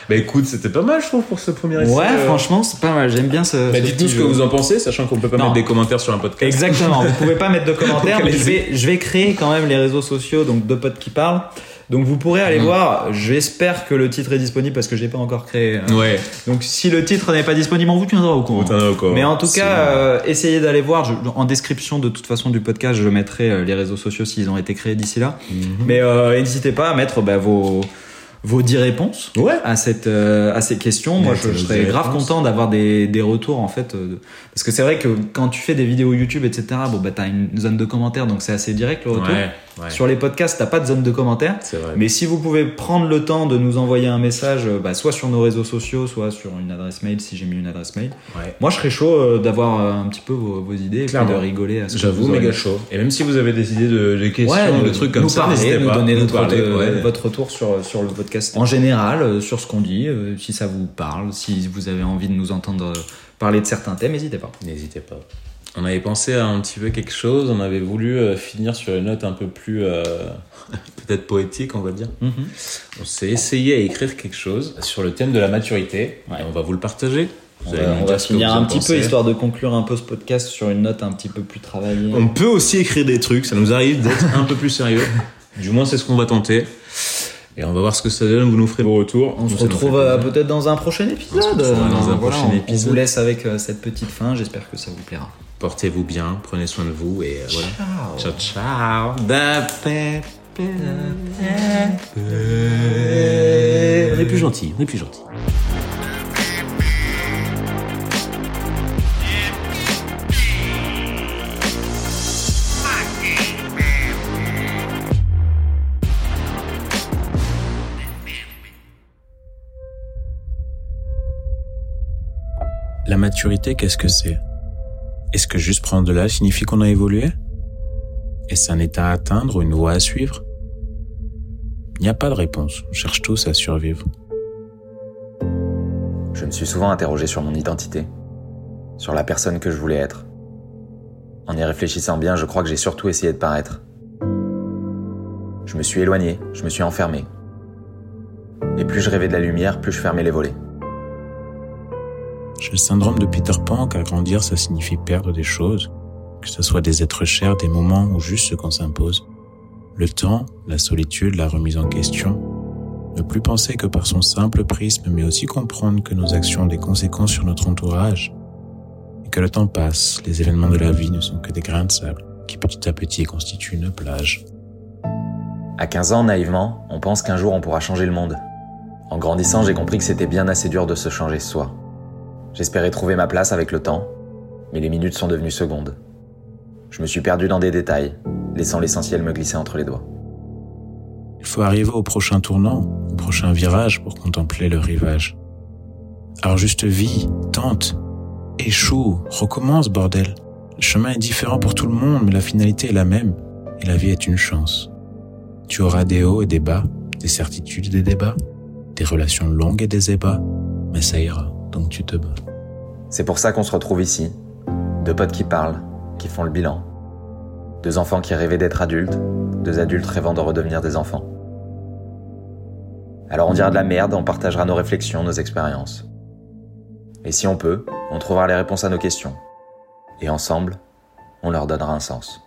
B: Bah écoute, c'était pas mal, je trouve, pour ce premier essai.
A: Ouais,
B: euh.
A: franchement, c'est pas mal. J'aime bien ce.
B: Bah
A: ce
B: dites-nous
A: petit
B: ce que
A: jeu.
B: vous en pensez, sachant qu'on peut pas
A: Non.
B: mettre des commentaires sur un podcast.
A: Exactement, vous pouvez pas mettre
B: <laughs>
A: de commentaires,
B: Donc,
A: mais je vais,
B: allez-y.
A: je vais créer quand même les réseaux sociaux, donc deux potes qui parlent. Donc vous pourrez
B: Mhm.
A: aller voir, j'espère que le titre est disponible parce que j'ai pas encore créé. euh,
B: Ouais.
A: Donc si le titre n'est pas disponible, on vous tiendra au courant.
B: Putain, quoi.
A: Mais en tout
B: C'est-
A: cas, euh, essayez d'aller voir. Je- en description de toute façon du podcast, je mettrai euh, les réseaux sociaux s'ils ont été créés d'ici là.
B: Mhm.
A: Mais euh, n'hésitez pas à mettre bah, vos vos 10 réponses
B: Ouais.
A: à cette euh, à ces questions. Moi, je,
B: Mettez
A: je
B: vos
A: serais
B: 10
A: grave
B: réponses.
A: content d'avoir des, des retours en fait, euh, parce que c'est vrai que quand tu fais des vidéos YouTube, etc. Bon, bah t'as une zone de commentaires, donc c'est assez direct le retour.
B: Ouais, ouais.
A: Sur les podcasts, t'as pas de zone de commentaires.
B: C'est vrai.
A: Mais si vous pouvez prendre le temps de nous envoyer un message, euh, bah, soit sur nos réseaux sociaux, soit sur une adresse mail, si j'ai mis une adresse mail,
B: Ouais.
A: moi je serais chaud euh, d'avoir euh, un petit peu vos, vos idées et puis
B: Clairement.
A: de rigoler à ce que
B: J'avoue,
A: vous aurez.
B: méga chaud. Et même si vous avez des idées de des questions,
A: Ouais,
B: de
A: euh,
B: trucs comme
A: nous
B: ça,
A: parler,
B: n'hésitez
A: nous
B: pas.
A: donner
B: Nous
A: notre,
B: parler,
A: euh,
B: ouais.
A: votre retour sur, sur le podcast. En général, euh, sur ce qu'on dit, euh, si ça vous parle, si vous avez envie de nous entendre euh, parler de certains thèmes, n'hésitez pas.
B: N'hésitez pas. On avait pensé à un petit peu quelque chose, on avait voulu euh, finir sur une note un peu plus euh, <laughs> peut-être poétique, on va dire. On s'est essayé à écrire quelque chose sur le thème de la maturité.
A: Ouais.
B: Et on va vous le partager. Vous
A: On
B: allez
A: va,
B: nous
A: on
B: dire
A: va
B: ce que
A: finir
B: vous en
A: un petit peu,
B: pensez.
A: histoire de conclure un peu ce podcast sur une note un petit peu plus travaillée.
B: On peut aussi écrire des trucs, ça nous arrive d'être un peu plus sérieux. <laughs> Du moins, c'est ce qu'on va tenter. Et on va voir ce que ça donne, vous nous ferez vos retours.
A: On se
B: Ça nous
A: retrouve
B: fait
A: euh,
B: plaisir.
A: peut-être dans un prochain épisode. Euh,
B: retrouvera dans un
A: Voilà,
B: prochain
A: on- On
B: épisode.
A: vous laisse avec euh, cette petite fin. J'espère que ça vous plaira.
B: Portez-vous bien, prenez soin de vous et euh, voilà.
A: Ciao.
B: Ciao, ciao. Da, pe, pe, pe. On est plus gentil, on est plus gentil. La maturité, qu'est-ce que c'est Est-ce que juste prendre de l'âge signifie qu'on a évolué Est-ce un état à atteindre, une voie à suivre Il n'y a pas de réponse, on cherche tous à survivre.
C: Je me suis souvent interrogé sur mon identité, sur la personne que je voulais être. En y réfléchissant bien, je crois que j'ai surtout essayé de paraître. Je me suis éloigné, je me suis enfermé. Et plus je rêvais de la lumière, plus je fermais les volets.
D: J'ai le syndrome de Peter Pan qu'agrandir ça signifie perdre des choses, que ce soit des êtres chers, des moments ou juste ce qu'on s'impose. Le temps, la solitude, la remise en question. Ne plus penser que par son simple prisme, mais aussi comprendre que nos actions ont des conséquences sur notre entourage. Et que le temps passe, les événements de la vie ne sont que des grains de sable qui petit à petit constituent une plage.
C: À 15 ans, naïvement, on pense qu'un jour on pourra changer le monde. En grandissant, j'ai compris que c'était bien assez dur de se changer soi. J'espérais trouver ma place avec le temps, mais les minutes sont devenues secondes. Je me suis perdu dans des détails, laissant l'essentiel me glisser entre les doigts.
D: Il faut arriver au prochain tournant, au prochain virage pour contempler le rivage. Alors juste vis, tente, échoue, recommence, bordel. Le chemin est différent pour tout le monde, mais la finalité est la même, et la vie est une chance. Tu auras des hauts et des bas, des certitudes et des débats, des relations longues et des ébats, mais ça ira, donc tu te bats.
C: C'est pour ça qu'on se retrouve ici. Deux potes qui parlent, qui font le bilan. Deux enfants qui rêvaient d'être adultes, deux adultes rêvant de redevenir des enfants. Alors on dira de la merde, on partagera nos réflexions, nos expériences. Et si on peut, on trouvera les réponses à nos questions. Et ensemble, on leur donnera un sens.